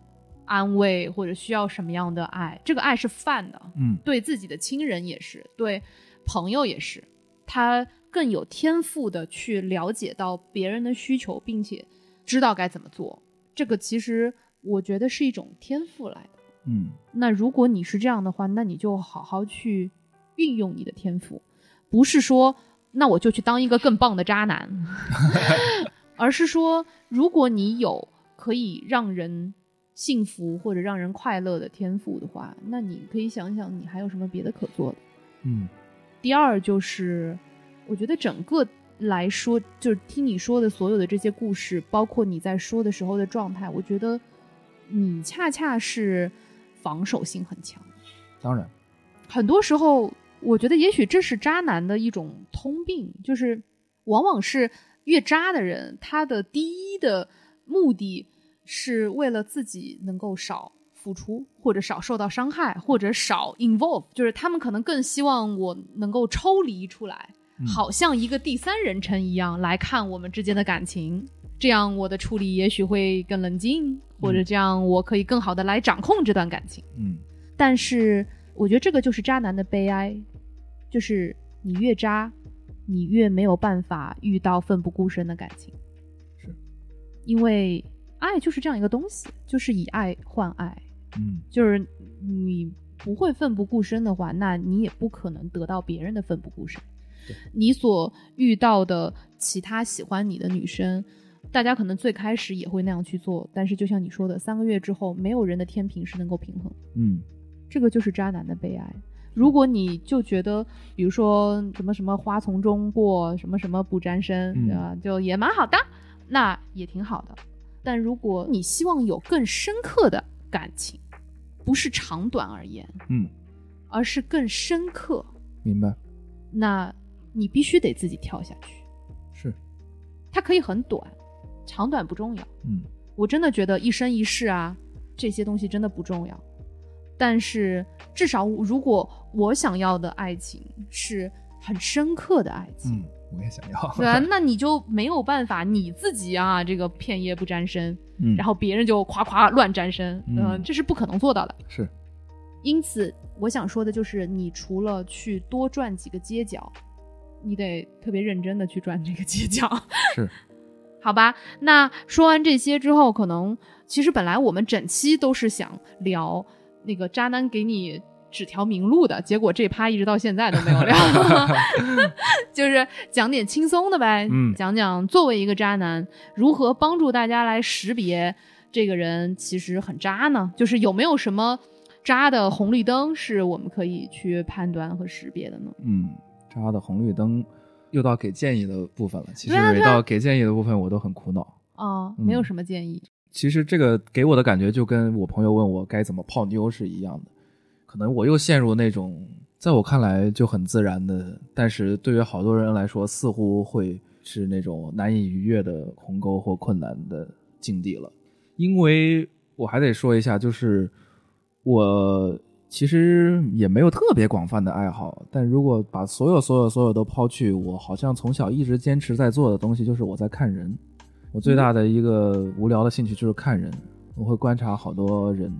安慰或者需要什么样的爱，这个爱是泛的，
嗯
对自己的亲人也是，对朋友也是，他更有天赋的去了解到别人的需求，并且知道该怎么做。这个其实我觉得是一种天赋来的。
嗯
那如果你是这样的话，那你就好好去运用你的天赋，不是说那我就去当一个更棒的渣男，而是说如果你有可以让人幸福或者让人快乐的天赋的话，那你可以想想你还有什么别的可做的。
嗯
第二就是，我觉得整个来说，就是听你说的所有的这些故事，包括你在说的时候的状态，我觉得你恰恰是防守性很强。
当然，
很多时候，我觉得也许这是渣男的一种通病，就是往往是越渣的人，他的第一的目的是为了自己能够少付出，或者少受到伤害，或者少 involve，就是他们可能更希望我能够抽离出来，
嗯
好像一个第三人称一样来看我们之间的感情。这样我的处理也许会更冷静，或者这样我可以更好的来掌控这段感情。
嗯
但是我觉得这个就是渣男的悲哀，就是你越渣，你越没有办法遇到奋不顾身的感情，
是
因为爱就是这样一个东西，就是以爱换爱，
嗯
就是你不会奋不顾身的话，那你也不可能得到别人的奋不顾身。你所遇到的其他喜欢你的女生，大家可能最开始也会那样去做，但是就像你说的，三个月之后，没有人的天平是能够平衡的。
嗯
这个就是渣男的悲哀。如果你就觉得，比如说什么什么花丛中过，什么什么不沾身，
嗯
对吧？就也蛮好的，那也挺好的。但如果你希望有更深刻的感情，不是长短而言，
嗯，
而是更深刻，
明白，
那你必须得自己跳下去。
是
它可以很短，长短不重要。
嗯
我真的觉得一生一世啊，这些东西真的不重要。但是至少，如果我想要的爱情是很深刻的爱情，
嗯，我也想要，
对啊，那你就没有办法你自己啊，这个片叶不沾身，
嗯，
然后别人就夸夸乱沾身，
嗯
嗯、这是不可能做到的。
是
因此，我想说的就是，你除了去多转几个街角，你得特别认真的去转这个街角。
是，
好吧，那说完这些之后，可能其实本来我们整期都是想聊那个渣男给你指条明路的，结果这趴一直到现在都没有 聊， 就是讲点轻松的呗，
嗯
讲讲作为一个渣男如何帮助大家来识别这个人其实很渣呢？就是有没有什么渣的红绿灯是我们可以去判断和识别的呢？
嗯，扎的红绿灯。又到给建议的部分了。其实
对啊
每
对啊
到给建议的部分，我都很苦恼。
啊、
嗯
没有什么建议，
其实这个给我的感觉就跟我朋友问我该怎么泡妞是一样的，可能我又陷入那种在我看来就很自然的，但是对于好多人来说似乎会是那种难以逾越的鸿沟或困难的境地了。因为我还得说一下，就是我其实也没有特别广泛的爱好，但如果把所有所有所有都抛去，我好像从小一直坚持在做的东西就是我在看人。我最大的一个无聊的兴趣就是看人，我会观察好多人，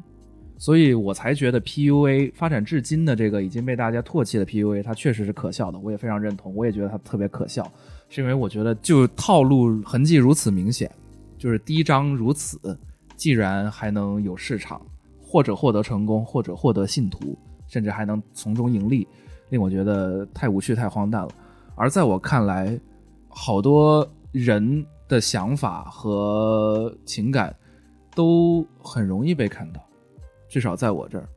所以我才觉得 PUA 发展至今的这个已经被大家唾弃的 PUA，它确实是可笑的，我也非常认同，我也觉得它特别可笑，是因为我觉得就套路痕迹如此明显，就是第一章如此，既然还能有市场，或者获得成功，或者获得信徒，甚至还能从中盈利，令我觉得太无趣、太荒诞了。而在我看来，好多人的想法和情感都很容易被看到，至少在我这儿。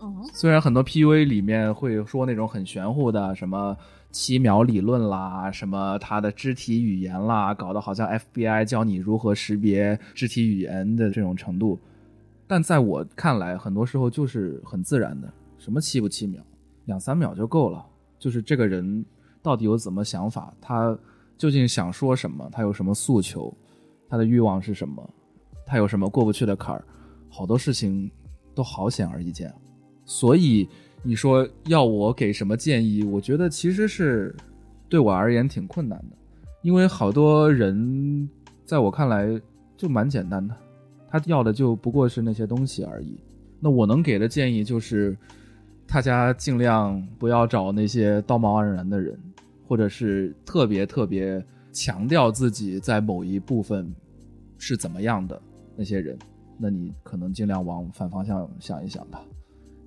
嗯，
虽然很多 PUA 里面会说那种很玄乎的什么七秒理论啦，什么他的肢体语言啦，搞得好像 FBI 教你如何识别肢体语言的这种程度，但在我看来，很多时候就是很自然的，什么七不七秒，两三秒就够了。就是这个人到底有怎么想法，他究竟想说什么，他有什么诉求，他的欲望是什么，他有什么过不去的坎儿，好多事情都好显而易见啊。所以你说要我给什么建议，我觉得其实是对我而言挺困难的，因为好多人在我看来就蛮简单的，他要的就不过是那些东西而已。那我能给的建议就是，大家尽量不要找那些道貌岸然的人，或者是特别特别强调自己在某一部分是怎么样的那些人。那你可能尽量往反方向想一想吧。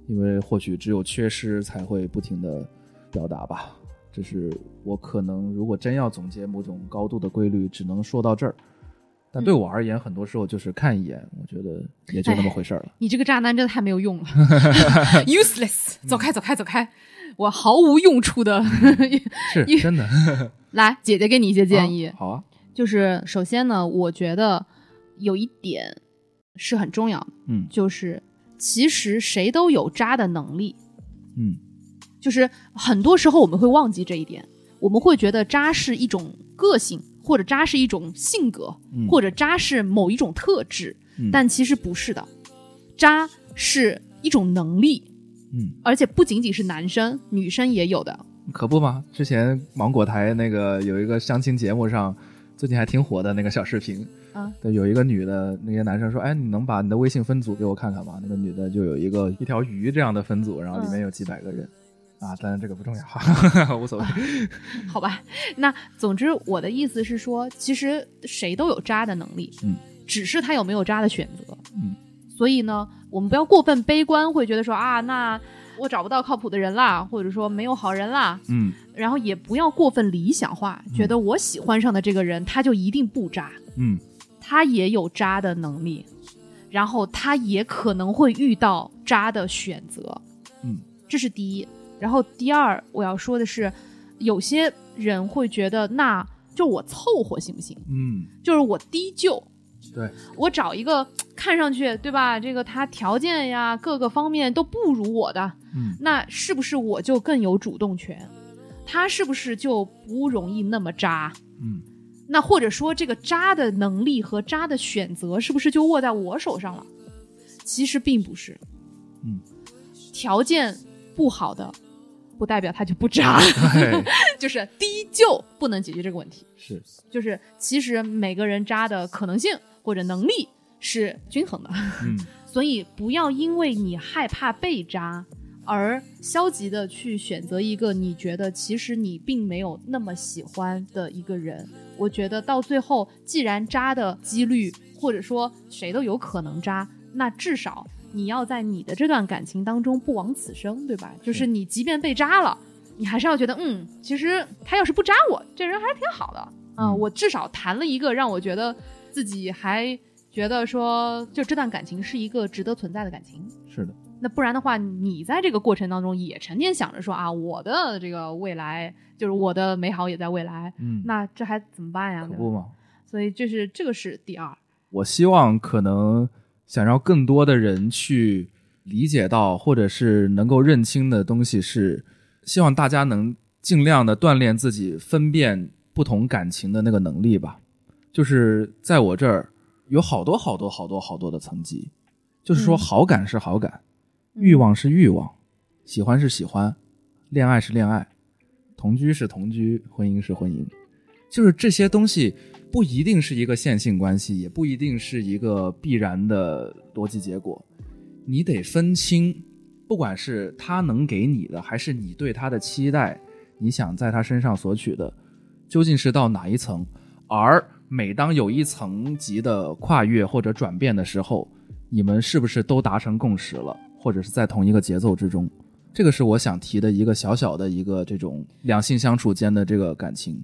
因为或许只有缺失才会不停的表达吧。这是我可能如果真要总结某种高度的规律，只能说到这儿。但对我而言，很多时候就是看一眼，我觉得也就那么回事儿了。
你这个渣男真的太没有用了 ，useless，走开走开走开，我毫无用处的。
是真的。
来，姐姐给你一些建议，
啊嗯好啊，
就是首先呢，我觉得有一点是很重要的，
嗯
就是其实谁都有渣的能力，
嗯
就是很多时候我们会忘记这一点，我们会觉得渣是一种个性，或者渣是一种性格，
嗯，
或者渣是某一种特质，
嗯
但其实不是的，渣是一种能力，
嗯，
而且不仅仅是男生，女生也有的。
可不嘛。之前芒果台那个有一个相亲节目上，最近还挺火的那个小视频。
啊
对，有一个女的，那些男生说：“哎，你能把你的微信分组给我看看吗？”那个女的就有一个一条鱼这样的分组，然后里
嗯
面有几百个人。啊，当然这个不重要，哈哈， 无所
啊
谓。
好吧， 那总之我的意思是说，其实谁都有渣的能力，
嗯，
只是他有没有渣的选择，
嗯，
所以呢，我们不要过分悲观，会觉得说啊，那我找不到靠谱的人啦，或者说没有好人啦，
嗯
然后也不要过分理想化，觉得我喜欢上的这个人他就一定不渣，
嗯
他也有渣的能力，然后他也可能会遇到渣的选择，
嗯，
这是第一。然后第二，我要说的是，有些人会觉得，那就我凑合行不行？
嗯，
就是我低就，
对，
我找一个看上去对吧，这个他条件呀各个方面都不如我的，
嗯
那是不是我就更有主动权？他是不是就不容易那么渣？
嗯
那或者说这个渣的能力和渣的选择是不是就握在我手上了？其实并不是，
嗯，
条件不好的不代表他就不渣，
对，
就是低就不能解决这个问题。
哎是，
就是其实每个人渣的可能性或者能力是均衡的，
嗯
所以不要因为你害怕被渣而消极的去选择一个你觉得其实你并没有那么喜欢的一个人。我觉得到最后，既然渣的几率或者说谁都有可能渣，那至少你要在你的这段感情当中不枉此生，对吧？就是你即便被渣了，你还是要觉得，嗯，其实他要是不渣我，这人还是挺好的。嗯，
嗯
我至少谈了一个让我觉得自己还觉得说，就这段感情是一个值得存在的感情。
是的，
那不然的话，你在这个过程当中也成天想着说啊，我的这个未来就是我的美好也在未来，
嗯，
那这还怎么办呀？
可
对
不
吧？
嘛。
所以这是这个是第二，
我希望可能想要更多的人去理解到，或者是能够认清的东西是，希望大家能尽量的锻炼自己分辨不同感情的那个能力吧。就是在我这儿有好多好多好多好多的层级，就是说
嗯
好感是好感，欲望是欲望，喜欢是喜欢，恋爱是恋爱，同居是同居，婚姻是婚姻，就是这些东西不一定是一个线性关系，也不一定是一个必然的逻辑结果，你得分清，不管是他能给你的，还是你对他的期待，你想在他身上索取的，究竟是到哪一层？而每当有一层级的跨越或者转变的时候，你们是不是都达成共识了，或者是在同一个节奏之中？这个是我想提的一个小小的一个这种两性相处间的这个感情。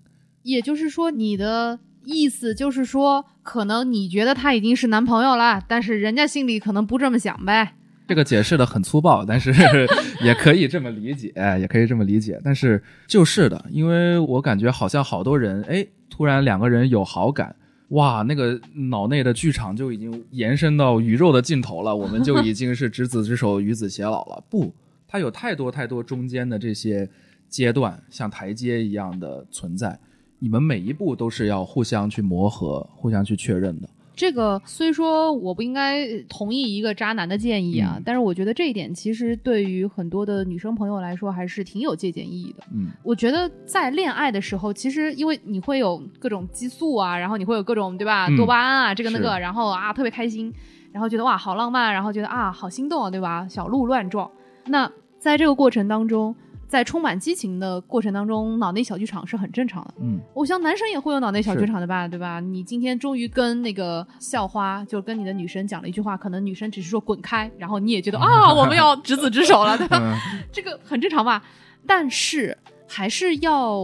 也就是说，你的意思就是说，可能你觉得他已经是男朋友啦，但是人家心里可能不这么想呗。
这个解释的很粗暴，但是 也可以这么理解，也可以这么理解。但是就是的，因为我感觉好像好多人，哎，突然两个人有好感，哇，那个脑内的剧场就已经延伸到宇宙的尽头了，我们就已经是执子之手，与子偕老了。不，它有太多太多中间的这些阶段，像台阶一样的存在。你们每一步都是要互相去磨合、互相去确认的。
这个虽说我不应该呃同意一个渣男的建议啊，
嗯
但是我觉得这一点其实对于很多的女生朋友来说还是挺有借鉴意义的。
嗯，
我觉得在恋爱的时候，其实因为你会有各种激素啊，然后你会有各种对吧，
嗯
多巴胺啊，这个那个，
是
然后啊特别开心，然后觉得哇啊好浪漫，然后觉得啊好心动啊，对吧？小鹿乱撞。那在这个过程当中，在充满激情的过程当中，脑内小剧场是很正常的。
嗯，
我想男生也会有脑内小
是
剧场的吧，对吧？你今天终于跟那个校花，就跟你的女神讲了一句话，可能女生只是说滚开，然后你也觉 得啊，我们要执子之手了，对吧？
嗯
这个很正常吧？但是还是要，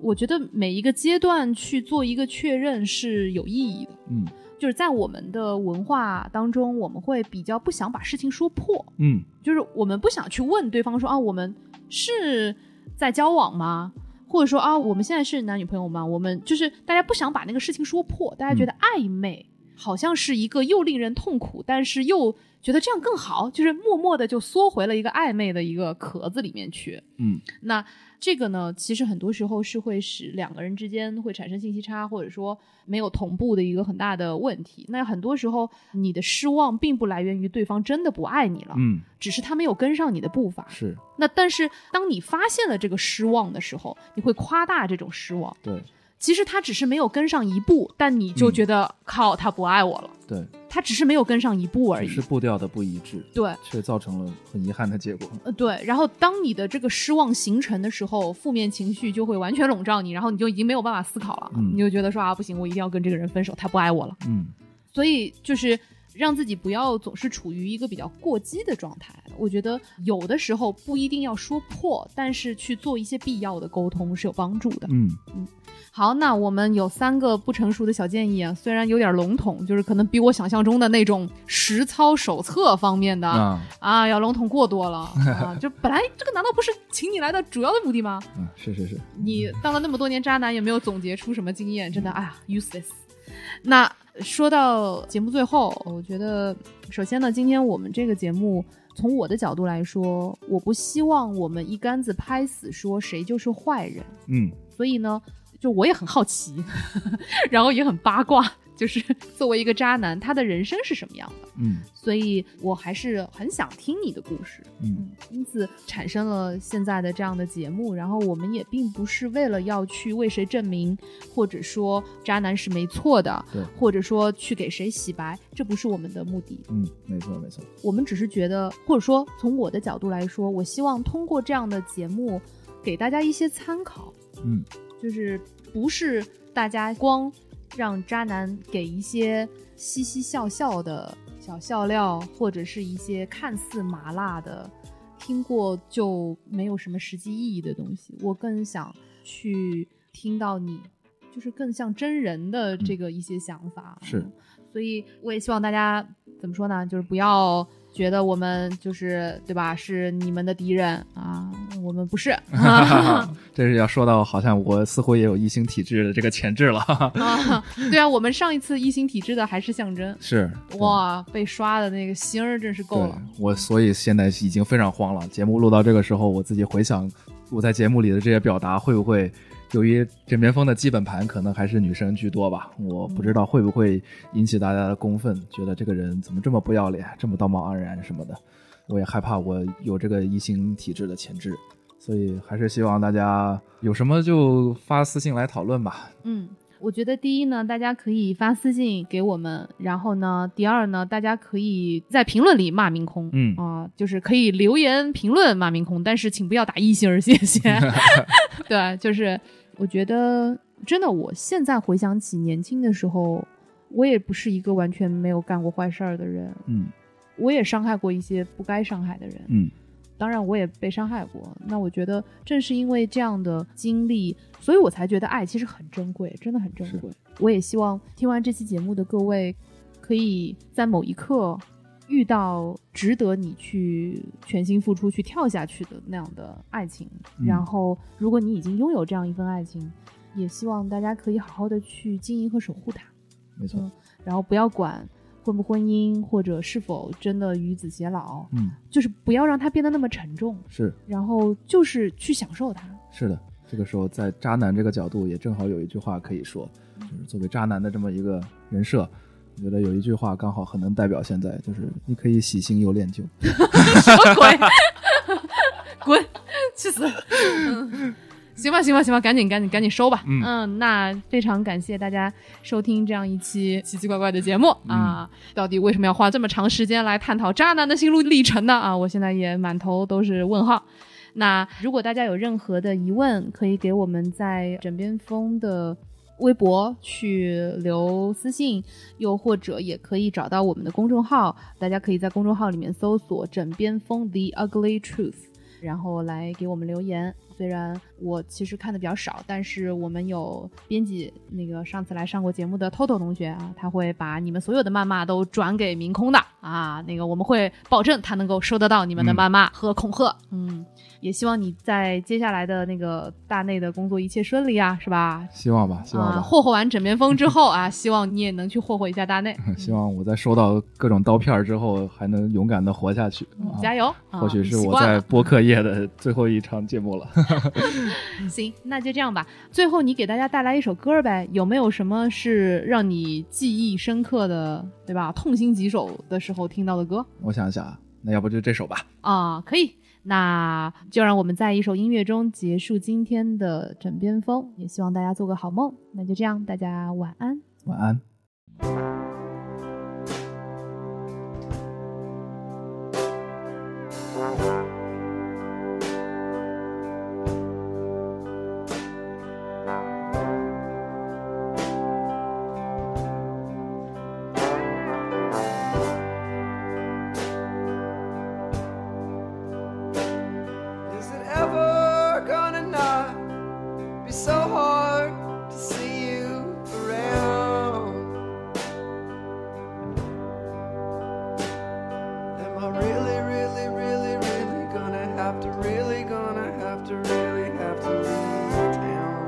我觉得每一个阶段去做一个确认是有意义的。
嗯
就是在我们的文化当中，我们会比较不想把事情说破，
嗯，
就是我们不想去问对方说啊，我们是在交往吗？或者说啊，我们现在是男女朋友吗？我们就是大家不想把那个事情说破，大家觉得暧昧、好像是一个又令人痛苦，但是又觉得这样更好，就是默默的就缩回了一个暧昧的一个壳子里面去。
嗯，
那这个呢，其实很多时候是会使两个人之间会产生信息差，或者说没有同步的一个很大的问题。那很多时候你的失望并不来源于对方真的不爱你了，
嗯，
只是他没有跟上你的步伐。
是
那但是当你发现了这个失望的时候，你会夸大这种失望。
对
其实他只是没有跟上一步，但你就
嗯
觉得、靠他不爱我了，
对，
他只是没有跟上一步而
只
已
是。步调的不一致，
对，
却造成了很遗憾的结果。
呃对。然后当你的这个失望形成的时候，负面情绪就会完全笼罩你，然后你就已经没有办法思考了，
嗯
你就觉得说啊不行，我一定要跟这个人分手，他不爱我了。
嗯
所以就是让自己不要总是处于一个比较过激的状态。我觉得有的时候不一定要说破，但是去做一些必要的沟通是有帮助的。
嗯，
好，那我们有三个不成熟的小建议啊，虽然有点笼统，就是可能比我想象中的那种实操手册方面的啊
啊，
要笼统过多了啊。就本来这个难道不是请你来的主要的目的吗？
嗯，是是是，
你当了那么多年渣男，也没有总结出什么经验，真的，哎呀，useless。那说到节目最后，我觉得首先呢，今天我们这个节目，从我的角度来说，我不希望我们一竿子拍死说谁就是坏人，
嗯
所以呢，就我也很好奇， 然后也很八卦，就是作为一个渣男，他的人生是什么样的？
嗯
所以我还是很想听你的故事。
嗯
嗯，因此产生了现在的这样的节目。然后我们也并不是为了要去为谁证明，或者说渣男是没错的
对，
或者说去给谁洗白，这不是我们的目的。
嗯，没错没错，
我们只是觉得，或者说从我的角度来说，我希望通过这样的节目给大家一些参考。
嗯，
就是不是大家光让渣男给一些嘻嘻笑笑的小笑料，或者是一些看似麻辣的，听过就没有什么实际意义的东西。我更想去听到你，就是更像真人的这个一些想法。
嗯是
所以我也希望大家怎么说呢，就是不要觉得我们就是对吧，是你们的敌人啊，我们不是。
这是要说到好像我似乎也有异性体质的这个潜质了， 哈哈
啊， 对啊，我们上一次一星体质的还是象征，
是，
哇，被刷的那个星儿真是
对
够了。
对我所以现在已经非常慌了。节目录到这个时候，我自己回想我在节目里的这些表达，会不会由于枕边风的基本盘可能还是女生居多吧？我不知道会不会引起大家的公愤，觉得这个人怎么这么不要脸，这么道貌岸然什么的。我也害怕我有这个一星体质的潜质，所以还是希望大家有什么就发私信来讨论吧。
嗯，我觉得第一呢，大家可以发私信给我们；然后呢，第二呢，大家可以在评论里骂明空，
嗯
啊、就是可以留言评论骂明空，但是请不要打一星儿，谢 谢。 对，就是我觉得真的，我现在回想起年轻的时候，我也不是一个完全没有干过坏事儿的人，
嗯
我也伤害过一些不该伤害的人，
嗯
当然我也被伤害过。那我觉得正是因为这样的经历，所以我才觉得爱其实很珍贵，真的很珍贵。我也希望听完这期节目的各位，可以在某一刻遇到值得你去全心付出、去跳下去的那样的爱情。
嗯
然后，如果你已经拥有这样一份爱情，也希望大家可以好好的去经营和守护它。
没错，
然后不要管婚不婚姻，或者是否真的与子偕老，
嗯，
就是不要让它变得那么沉重，
是
然后就是去享受它。
是的。这个时候，在渣男这个角度，也正好有一句话可以说，就是作为渣男的这么一个人设，我觉得有一句话刚好很能代表现在，就是你可以喜新又恋旧。
什么鬼？ 滚！去死！嗯行吧，行吧，行吧，赶紧，赶紧，赶紧收吧。
嗯
那非常感谢大家收听这样一期奇奇怪怪的节目、啊！到底为什么要花这么长时间来探讨渣男的心路历程呢？啊，我现在也满头都是问号。那如果大家有任何的疑问，可以给我们在枕边风的微博去留私信，又或者也可以找到我们的公众号，大家可以在公众号里面搜索“枕边风 The Ugly Truth”，然后来给我们留言。虽然我其实看的比较少，但是我们有编辑那个上次来上过节目的透透同学啊，他会把你们所有的谩骂都转给明空的啊，那个我们会保证他能够收得到你们的谩骂和恐吓，嗯。也希望你在接下来的那个大内的工作一切顺利啊，是吧？
希望吧，希望
啊，
吧，
霍霍完枕边风之后啊， 希望你也能去霍霍一下大 内，
希望我在收到各种刀片儿之后，还能勇敢的活下去。啊
加油！啊
或许是
习
我
惯
在
了
播客业的最后一场节目了。
行，那就这样吧。最后你给大家带来一首歌呗，有没有什么是让你记忆深刻的，对吧？痛心疾首的时候听到的歌
我想想啊，那要不就这首吧。
啊、可以。那就让我们在一首音乐中结束今天的枕边风，也希望大家做个好梦。那就这样，大家晚安。
晚安。
Is it ever gonna not be so hard to see you around? Am I really, really, really, really gonna have to, really gonna have to, really have to leave town?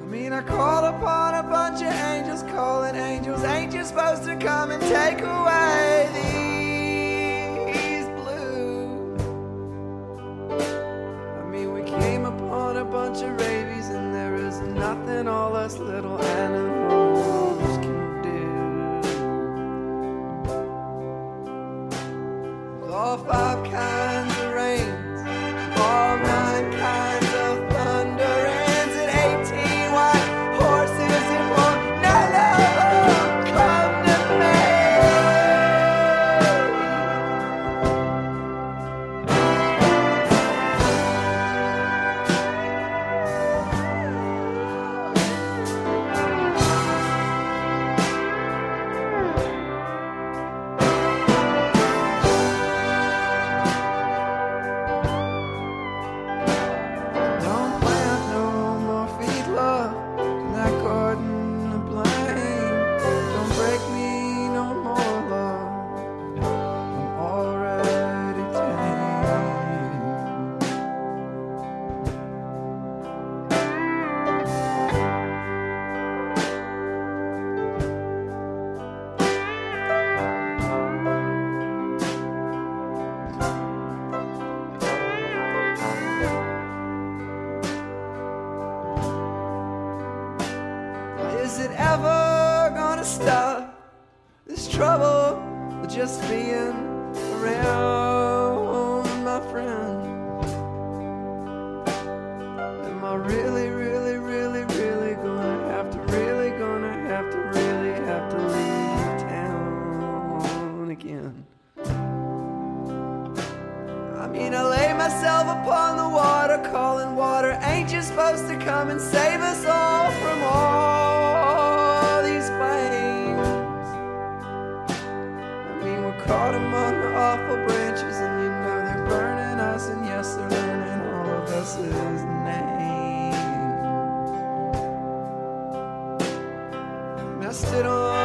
I mean, I called upon a bunch of angels, calling angels. Ain't you supposed to come and take away these blues? I mean, we came upon a bunch of rabies, and there is nothing all us little animals can do. With all five kinds of rains. All nine kinds of thunder ends and eighteen white horses it won't never come to me. Don't plant no more feet, love, in that garden of blame. Don't break me no more, love. I'm already tamed. Is it ever gonna stop this trouble with just being around my friend? now really, really, really, really gonna have to, really gonna have to, really have to leave town again. I mean, I lay myself upon the water, calling water. Ain't you supposed to come and save us all from all these flames? I mean, we're caught among the awful branches, and you know they're burning us, and yes, they're learning all of us' names. And I stood on